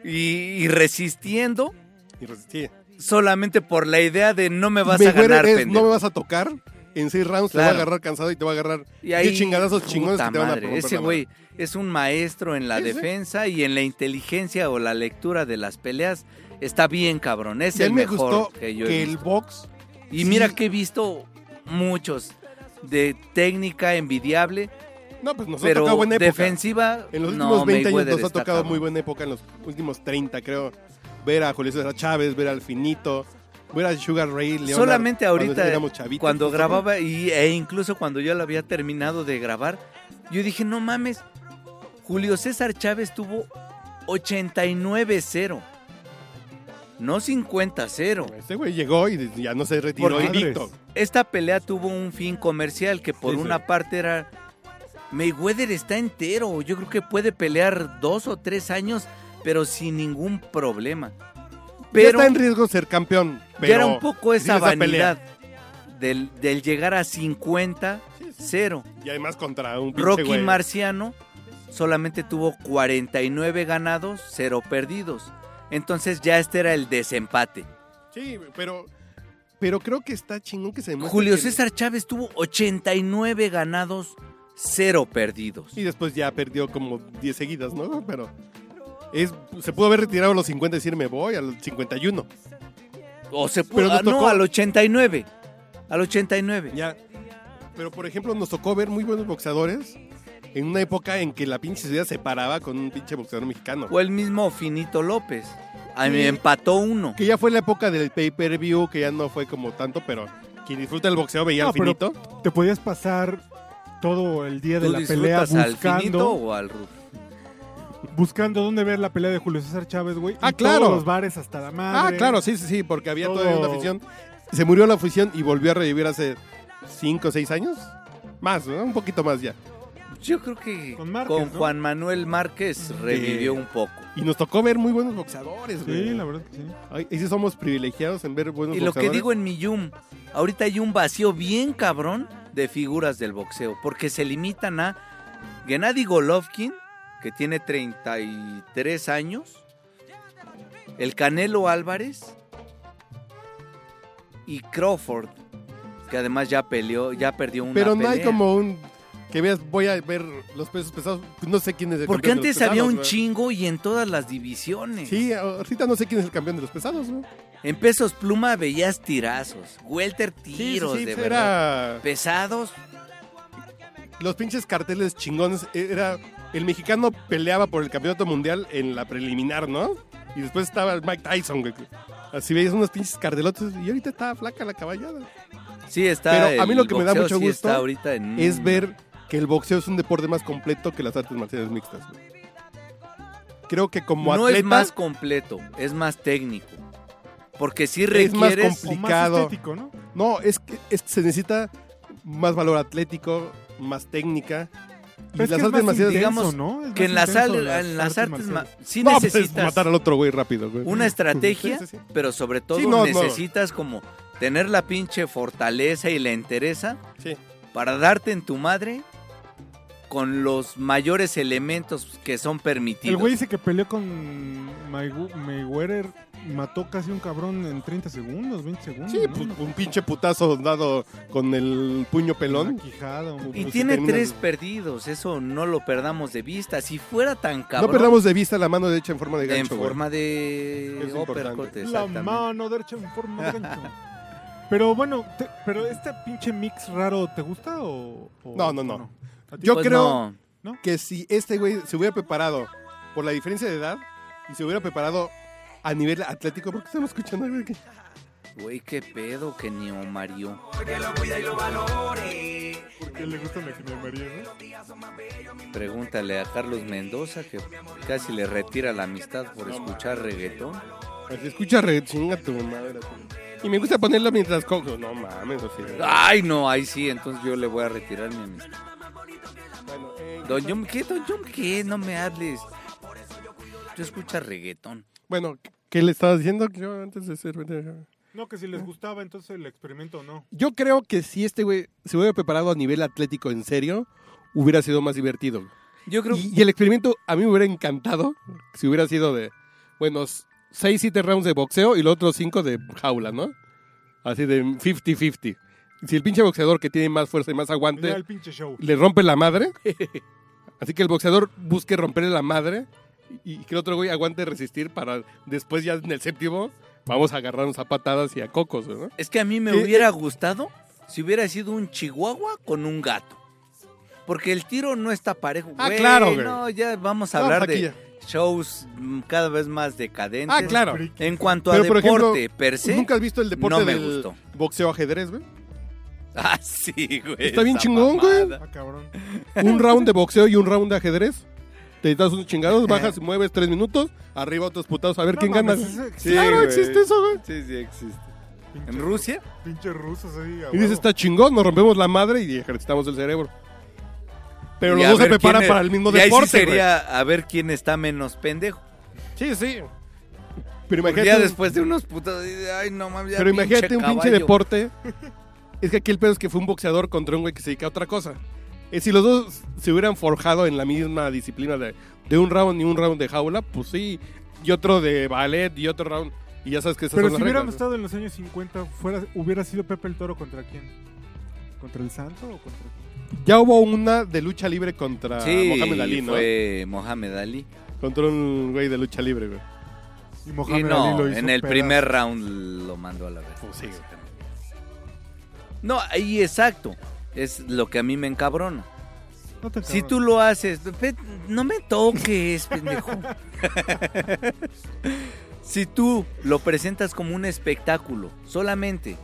Speaker 6: Y, y resistiendo
Speaker 3: y resistí.
Speaker 6: solamente por la idea de no me vas
Speaker 3: Mi
Speaker 6: a
Speaker 3: güey
Speaker 6: ganar,
Speaker 3: es,
Speaker 6: pendejo.
Speaker 3: no me vas a tocar. En seis rounds te va
Speaker 6: Claro.
Speaker 3: a agarrar cansado y te va a agarrar
Speaker 6: Y
Speaker 3: diez chingadazos chingones
Speaker 6: puta
Speaker 3: que te van a
Speaker 6: madre,
Speaker 3: romper
Speaker 6: Ese
Speaker 3: la
Speaker 6: güey es un maestro en la
Speaker 3: Sí, sí.
Speaker 6: defensa y en la inteligencia o la lectura de las peleas. Está bien, cabrón. Es
Speaker 3: Y a
Speaker 6: el
Speaker 3: mí me
Speaker 6: mejor
Speaker 3: gustó
Speaker 6: que yo he
Speaker 3: que el
Speaker 6: visto.
Speaker 3: box
Speaker 6: Y
Speaker 3: sí.
Speaker 6: mira que he visto muchos de técnica envidiable,
Speaker 3: No, pues nos ha
Speaker 6: pero
Speaker 3: tocado buena época.
Speaker 6: defensiva.
Speaker 3: En los
Speaker 6: no,
Speaker 3: últimos 20 años
Speaker 6: Mayweather
Speaker 3: nos ha
Speaker 6: está
Speaker 3: tocado
Speaker 6: cabrón.
Speaker 3: muy buena época, en los últimos 30 creo. Ver a Julio César Chávez, ver al Finito, ver a Sugar Ray Leonard.
Speaker 6: Solamente ahorita,
Speaker 3: cuando, éramos chavitos,
Speaker 6: cuando
Speaker 3: pues,
Speaker 6: grababa y, e incluso cuando yo la había terminado de grabar, yo dije, no mames, Julio César Chávez tuvo 89-0, no 50-0.
Speaker 3: Este güey llegó y ya no se retiró
Speaker 6: Porque-
Speaker 3: invicto.
Speaker 6: Esta pelea tuvo un fin comercial que por
Speaker 3: Sí, sí.
Speaker 6: una parte era, Mayweather está entero, yo creo que puede pelear dos o tres años, pero sin ningún problema.
Speaker 3: ya está en riesgo ser campeón. Pero
Speaker 6: Ya era un poco esa
Speaker 3: sí, esa pelea.
Speaker 6: vanidad del, del llegar a 50-0.
Speaker 3: Y además contra un pinche
Speaker 6: Rocky
Speaker 3: güey.
Speaker 6: Marciano solamente tuvo 49 ganados, 0 perdidos. Entonces ya este era el desempate.
Speaker 3: Sí, pero, pero creo que está chingón que se demuestre
Speaker 6: Julio
Speaker 3: que-
Speaker 6: César Chávez tuvo 89 ganados, 0 perdidos.
Speaker 3: Y después ya perdió como 10 seguidas, ¿no? Pero es, se pudo haber retirado a los 50 y decir, me voy al 51.
Speaker 6: O se
Speaker 3: Pero
Speaker 6: pudo,
Speaker 3: nos
Speaker 6: ah, no,
Speaker 3: tocó-
Speaker 6: al 89. Al 89.
Speaker 3: Ya. Pero, por ejemplo, nos tocó ver muy buenos boxeadores en una época en que la pinche ciudad se paraba con un pinche boxeador mexicano.
Speaker 6: O el mismo Finito López. A mí
Speaker 3: Sí.
Speaker 6: me empató uno.
Speaker 3: Que ya fue la época del pay-per-view, que ya no fue como tanto, pero quien disfruta el boxeo veía
Speaker 2: No,
Speaker 3: al
Speaker 2: pero-
Speaker 3: finito.
Speaker 2: Te podías pasar todo el día de
Speaker 6: ¿Tú
Speaker 2: la pelea
Speaker 6: disfrutas al Finito
Speaker 2: buscando,
Speaker 6: o al Rufo?
Speaker 2: buscando dónde ver la pelea de Julio César Chávez, güey.
Speaker 3: Ah,
Speaker 2: y
Speaker 3: claro.
Speaker 2: Todos los bares hasta la madre.
Speaker 3: Ah, claro, sí, sí, sí, porque había
Speaker 2: Todo-
Speaker 3: todavía una afición. Se murió la afición y volvió a revivir hace 5 o 6 años. Más, ¿no? Un poquito más ya.
Speaker 6: Yo creo que
Speaker 2: Con
Speaker 6: con,
Speaker 2: Márquez, ¿no?
Speaker 6: Juan Manuel Márquez revivió un poco.
Speaker 3: Y nos tocó ver muy buenos boxeadores, güey.
Speaker 2: Sí, la verdad que sí.
Speaker 3: Ay, y sí somos privilegiados en ver buenos
Speaker 6: Y lo que
Speaker 3: boxeadores.
Speaker 6: digo en mi Yum, ahorita hay un vacío bien cabrón de figuras del boxeo, porque se limitan a Gennady Golovkin, que tiene 33 años, el Canelo Álvarez y Crawford, que además ya peleó, ya perdió una
Speaker 3: Pero no hay
Speaker 6: pelea.
Speaker 3: como un... Que veas, voy a ver los pesos pesados. pues No sé quién es el
Speaker 6: Porque
Speaker 3: campeón de los
Speaker 6: antes había
Speaker 3: pesados,
Speaker 6: un
Speaker 3: güey.
Speaker 6: chingo y en todas las divisiones.
Speaker 3: Sí, ahorita no sé quién es el campeón de los pesados, güey.
Speaker 6: En pesos pluma veías tirazos, welter
Speaker 3: Sí,
Speaker 6: tiros
Speaker 3: sí, sí,
Speaker 6: de
Speaker 3: era-
Speaker 6: verdad. Pesados,
Speaker 3: Los pinches carteles chingones. e, Era... El mexicano peleaba por el campeonato mundial en la preliminar, ¿no? Y después estaba el Mike Tyson, güey. Así veías unos pinches cartelotes y ahorita está flaca la caballada.
Speaker 6: sí está.
Speaker 3: Pero a mí
Speaker 6: el
Speaker 3: lo que me da
Speaker 6: boxeo
Speaker 3: mucho
Speaker 6: sí
Speaker 3: gusto
Speaker 6: está ahorita en-
Speaker 3: Es ver que el boxeo es un deporte más completo que las artes marciales mixtas. güey. Creo que como
Speaker 6: No
Speaker 3: atleta
Speaker 6: es más completo, es más técnico. Porque sí
Speaker 3: Es más
Speaker 6: requieres
Speaker 2: O más
Speaker 3: Picado.
Speaker 2: estético, ¿no?
Speaker 3: No, es que, es que se necesita más valor atlético, más técnica. Y
Speaker 2: Pero es que
Speaker 3: las
Speaker 2: es
Speaker 3: artes
Speaker 2: más
Speaker 3: marciales
Speaker 2: intenso,
Speaker 6: digamos,
Speaker 2: ¿no? Es
Speaker 6: que en
Speaker 2: más
Speaker 6: las,
Speaker 2: intenso
Speaker 6: al- en las artes ma-
Speaker 2: marciales.
Speaker 6: sí
Speaker 3: No, pues,
Speaker 6: necesitas
Speaker 3: matar al otro güey rápido, güey.
Speaker 6: una estrategia,
Speaker 3: Sí, sí, sí.
Speaker 6: pero sobre todo
Speaker 3: no, no.
Speaker 6: necesitas como tener la pinche fortaleza y la entereza
Speaker 3: Sí.
Speaker 6: para darte en tu madre con los mayores elementos que son permitidos.
Speaker 2: El güey dice que peleó con Maywe- Mayweather, mató casi un cabrón en 30 segundos, 20 segundos.
Speaker 3: Sí, pues,
Speaker 2: ¿no?
Speaker 3: pu- un pinche putazo dado con el puño pelón.
Speaker 2: Una quijada, un-
Speaker 6: Y
Speaker 3: Pues
Speaker 6: tiene
Speaker 3: terminas-
Speaker 6: tres perdidos, eso no lo perdamos de vista. Si fuera tan
Speaker 3: No
Speaker 6: cabrón,
Speaker 3: perdamos de vista la mano derecha en forma de
Speaker 6: en
Speaker 3: gancho. güey.
Speaker 6: forma de
Speaker 3: Es
Speaker 6: uppercut,
Speaker 3: importante.
Speaker 2: La
Speaker 6: exactamente.
Speaker 2: mano derecha en forma de gancho. Pero bueno, te- pero este pinche mix raro, ¿te gusta o...? o-
Speaker 3: No, no, no.
Speaker 2: o ¿A ti?
Speaker 3: Yo
Speaker 6: Pues
Speaker 3: creo
Speaker 6: no.
Speaker 3: que si este güey se hubiera preparado por la diferencia de edad y se hubiera preparado a nivel atlético, ¿por qué estamos escuchando? güey? Que-
Speaker 6: Güey, qué pedo que ni Mario.
Speaker 2: ¿Por qué le gusta la que me mareé, no?
Speaker 6: Pregúntale a Carlos Mendoza que casi le retira la amistad por escuchar reggaetón.
Speaker 3: Si escucha reggae, chinga tu madre. así. Y me gusta ponerlo mientras cojo. No mames, o sea.
Speaker 6: Ay, no, ahí sí, entonces yo le voy a retirar mi amistad.
Speaker 3: eh,
Speaker 6: Don Yum, ¿qué? Don Yum, ¿qué? No me hables. Yo escucho reggaetón.
Speaker 3: Bueno, ¿qué le estabas diciendo? Yo antes de ser...
Speaker 2: No, que si les gustaba entonces el experimento no.
Speaker 3: Yo creo que si este güey se hubiera preparado a nivel atlético en serio, hubiera sido más divertido.
Speaker 6: Yo creo
Speaker 3: Y, y el experimento a mí me hubiera encantado si hubiera sido de, bueno, s- seis, siete rounds de boxeo y los otros cinco de jaula, ¿no? Así de 50-50. Si el pinche boxeador que tiene más fuerza y más
Speaker 2: Mira
Speaker 3: aguante
Speaker 2: el pinche show.
Speaker 3: le rompe la madre, así que el boxeador busque romperle la madre y, y que el otro güey aguante resistir para después ya en el séptimo vamos a agarrarnos a patadas y a cocos, ¿no?
Speaker 6: Es que a mí me
Speaker 3: ¿Qué?
Speaker 6: hubiera gustado si hubiera sido un chihuahua con un gato. Porque el tiro no está parejo.
Speaker 3: Ah, claro, güey.
Speaker 6: No, ya vamos a
Speaker 3: Vamos
Speaker 6: hablar
Speaker 3: aquí
Speaker 6: de shows mm, cada vez más decadentes.
Speaker 3: Ah, claro.
Speaker 6: En cuanto a
Speaker 3: Pero, por
Speaker 6: deporte
Speaker 3: ejemplo,
Speaker 6: per se.
Speaker 3: ¿Nunca has visto el deporte
Speaker 6: no me
Speaker 3: del
Speaker 6: gustó.
Speaker 3: boxeo ajedrez, güey?
Speaker 6: Ah, sí, güey.
Speaker 3: Está bien
Speaker 6: esa
Speaker 3: chingón, güey.
Speaker 6: mamada.
Speaker 2: Ah, cabrón.
Speaker 3: un round de boxeo y un round de ajedrez. Te das unos chingados, bajas y mueves tres minutos, arriba otros putados, a ver
Speaker 2: No
Speaker 3: quién
Speaker 2: mames,
Speaker 3: gana.
Speaker 2: ese-
Speaker 6: Sí,
Speaker 3: claro,
Speaker 6: güey.
Speaker 3: existe eso, güey.
Speaker 6: Sí, sí, existe.
Speaker 2: pinche
Speaker 6: ¿En Rusia?
Speaker 2: ru- Pinche rusos ahí. a
Speaker 3: Y dices,
Speaker 2: huevo.
Speaker 3: está chingón, nos rompemos la madre y ejercitamos el cerebro. Pero
Speaker 6: Y
Speaker 3: los
Speaker 6: a
Speaker 3: dos se
Speaker 6: ver quién
Speaker 3: preparan
Speaker 6: es-
Speaker 3: para el mismo
Speaker 6: y ahí sí
Speaker 3: deporte. güey.
Speaker 6: sería a ver quién está menos pendejo.
Speaker 3: Sí, sí. Pero
Speaker 6: Porque
Speaker 3: imagínate,
Speaker 6: ya
Speaker 3: un-
Speaker 6: después de unos putos. Ay, no mames. ya
Speaker 3: pero imagínate un pinche
Speaker 6: caballo.
Speaker 3: deporte. Es que aquí el pedo es que fue un boxeador contra un güey que se dedica a otra cosa. Es si los dos se hubieran forjado en la misma disciplina de, de un round y un round de jaula, pues sí. Y otro de ballet y otro round. Y ya sabes que esas
Speaker 2: Pero
Speaker 3: son
Speaker 2: si
Speaker 3: las reglas,
Speaker 2: hubiéramos
Speaker 3: ¿no?
Speaker 2: estado en los años 50, fuera, hubiera sido Pepe el Toro contra quién? ¿Contra el Santo o contra quién?
Speaker 3: Ya hubo una de lucha libre contra
Speaker 6: Sí,
Speaker 3: Mohamed Ali, ¿no?
Speaker 6: fue Mohamed Ali.
Speaker 3: Contra un güey de lucha libre, güey.
Speaker 2: Y
Speaker 6: Y
Speaker 2: Mohamed Ali
Speaker 6: no,
Speaker 2: lo hizo
Speaker 6: en el
Speaker 2: pedazos.
Speaker 6: primer round lo mandó a la verga.
Speaker 3: Pues sí.
Speaker 6: básicamente. No, ahí exacto. Es lo que a mí me encabrona.
Speaker 2: No te
Speaker 6: Si
Speaker 2: cabrones.
Speaker 6: tú lo haces, ve- no me toques, pendejo. si tú lo presentas como un espectáculo, solamente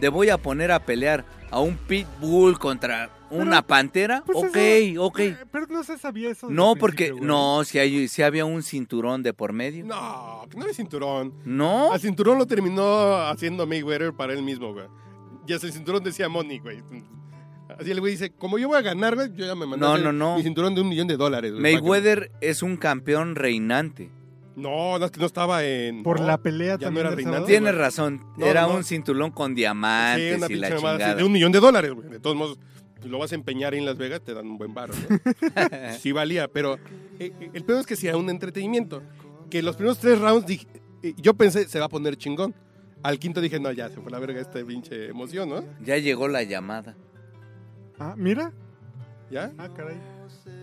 Speaker 6: te voy a poner a pelear a un pitbull contra una pantera,
Speaker 2: Pues
Speaker 6: ok,
Speaker 2: eso-
Speaker 6: ok.
Speaker 2: Eh, Pero no se sabía eso. desde
Speaker 6: No,
Speaker 2: el
Speaker 6: porque
Speaker 2: principio, güey.
Speaker 6: no, si, hay, si había un cinturón de por medio.
Speaker 3: No, que no es cinturón.
Speaker 6: No,
Speaker 3: Al cinturón lo terminó haciendo Mayweather para él mismo, güey. Y hasta el cinturón decía Money, güey. Así el güey dice, como yo voy a ganar, güey, yo ya me mandé
Speaker 6: No,
Speaker 3: a hacer
Speaker 6: no, no.
Speaker 3: mi cinturón de un millón de dólares. güey,
Speaker 6: Mayweather es un campeón reinante.
Speaker 3: para que- No, no, es que no estaba en...
Speaker 2: Por
Speaker 3: no.
Speaker 2: la pelea
Speaker 3: ya no
Speaker 2: también.
Speaker 3: era
Speaker 2: del
Speaker 3: reinante,
Speaker 2: sábado.
Speaker 6: Tienes
Speaker 3: güey.
Speaker 6: razón,
Speaker 3: No,
Speaker 6: era
Speaker 3: no, no.
Speaker 6: un cinturón con
Speaker 3: Sí,
Speaker 6: diamantes
Speaker 3: una
Speaker 6: y Ah, la
Speaker 3: pinche mamada así,
Speaker 6: chingada.
Speaker 3: de un millón de dólares, güey. De todos modos, pues, lo vas a empeñar en Las Vegas, te dan un buen barro. ¿no? sí valía, pero eh, eh, el peor es que sea un entretenimiento. Que los primeros tres rounds dije- eh, yo pensé, se va a poner chingón. Al quinto dije, no, ya, se fue la verga esta pinche emoción, ¿no?
Speaker 6: Ya llegó la llamada.
Speaker 2: Ah, mira.
Speaker 3: ¿Ya?
Speaker 2: Ah, caray.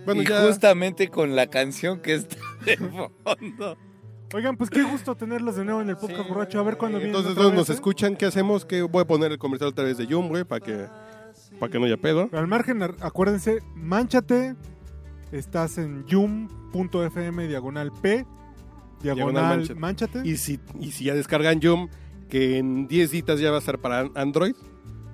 Speaker 3: Bueno,
Speaker 6: y
Speaker 3: ya...
Speaker 6: justamente con la canción que está de fondo.
Speaker 2: Oigan, pues qué gusto tenerlos de nuevo en el
Speaker 3: Sí,
Speaker 2: podcast borracho. A ver cuándo
Speaker 3: eh,
Speaker 2: vienen.
Speaker 3: Entonces
Speaker 2: otra
Speaker 3: todos
Speaker 2: vez,
Speaker 3: nos
Speaker 2: ¿eh?
Speaker 3: escuchan, ¿qué hacemos? Que voy a poner el comercial otra vez de Yum, güey, para que, para que no haya pedo.
Speaker 2: Pero al margen, ar- acuérdense, manchate. Estás en yum.fm diagonal p
Speaker 3: Diagonal
Speaker 2: diagonal
Speaker 3: Mánchate.
Speaker 2: manchate.
Speaker 3: Y si, y si ya descargan Yum, que en 10 días ya va a estar para an- Android.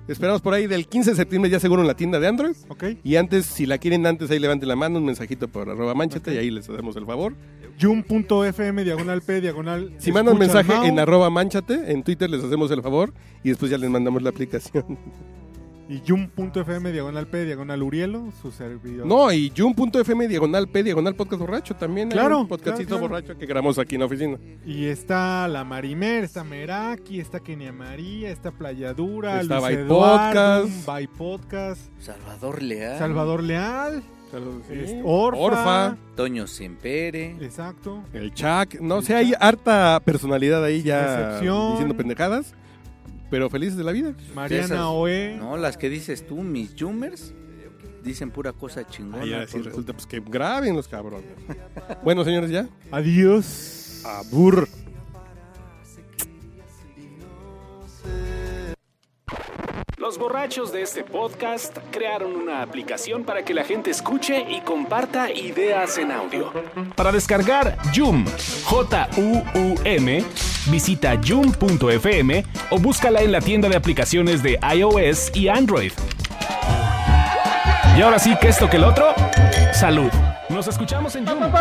Speaker 3: Esperamos por ahí del 15 de septiembre ya seguro en la tienda de Android.
Speaker 2: ¿Ok?
Speaker 3: Y antes, si la quieren antes, ahí levanten la mano, un mensajito por arroba manchate y ahí les hacemos el favor.
Speaker 2: Yum.fm diagonal p diagonal.
Speaker 3: Si mandan
Speaker 2: escucha
Speaker 3: mensaje
Speaker 2: Mao,
Speaker 3: en arroba manchate, en Twitter les hacemos el favor y después ya les mandamos la aplicación.
Speaker 2: Y yum.fm diagonal p diagonal urielo, su servidor.
Speaker 3: No, y yum.fm diagonal p diagonal podcast borracho también. hay
Speaker 2: Claro,
Speaker 3: un podcastito
Speaker 2: claro, claro.
Speaker 3: borracho que grabamos aquí en la oficina.
Speaker 2: Y está la Marimer, está Meraki, está Kenia María, está Playadura,
Speaker 3: Está
Speaker 2: Luis
Speaker 3: By
Speaker 2: Eduardo,
Speaker 3: Podcast.
Speaker 2: By Podcast,
Speaker 6: Salvador Leal,
Speaker 2: Salvador Leal, es- Orfa,
Speaker 3: Este, Orfa.
Speaker 6: Toño Sempere,
Speaker 2: exacto.
Speaker 3: El Chac. No
Speaker 2: El
Speaker 3: sé, hay
Speaker 2: Chac.
Speaker 3: harta personalidad ahí ya
Speaker 2: Recepción.
Speaker 3: diciendo pendejadas. Pero felices de la vida.
Speaker 6: esas-
Speaker 2: Mariana Oe.
Speaker 6: no, las que dices tú, mis Jumers, dicen pura cosa chingona.
Speaker 3: Ahí ahora sí
Speaker 6: tonto.
Speaker 3: resulta pues, que graben los cabrones. bueno, señores, ya.
Speaker 2: Adiós.
Speaker 3: Abur.
Speaker 1: Los borrachos de este podcast crearon una aplicación para que la gente escuche y comparta ideas en audio. Para descargar Joom, J-U-U-M, visita joom.fm o búscala en la tienda de aplicaciones de iOS y Android. Y ahora sí que esto que el otro, salud. Nos escuchamos en Joom.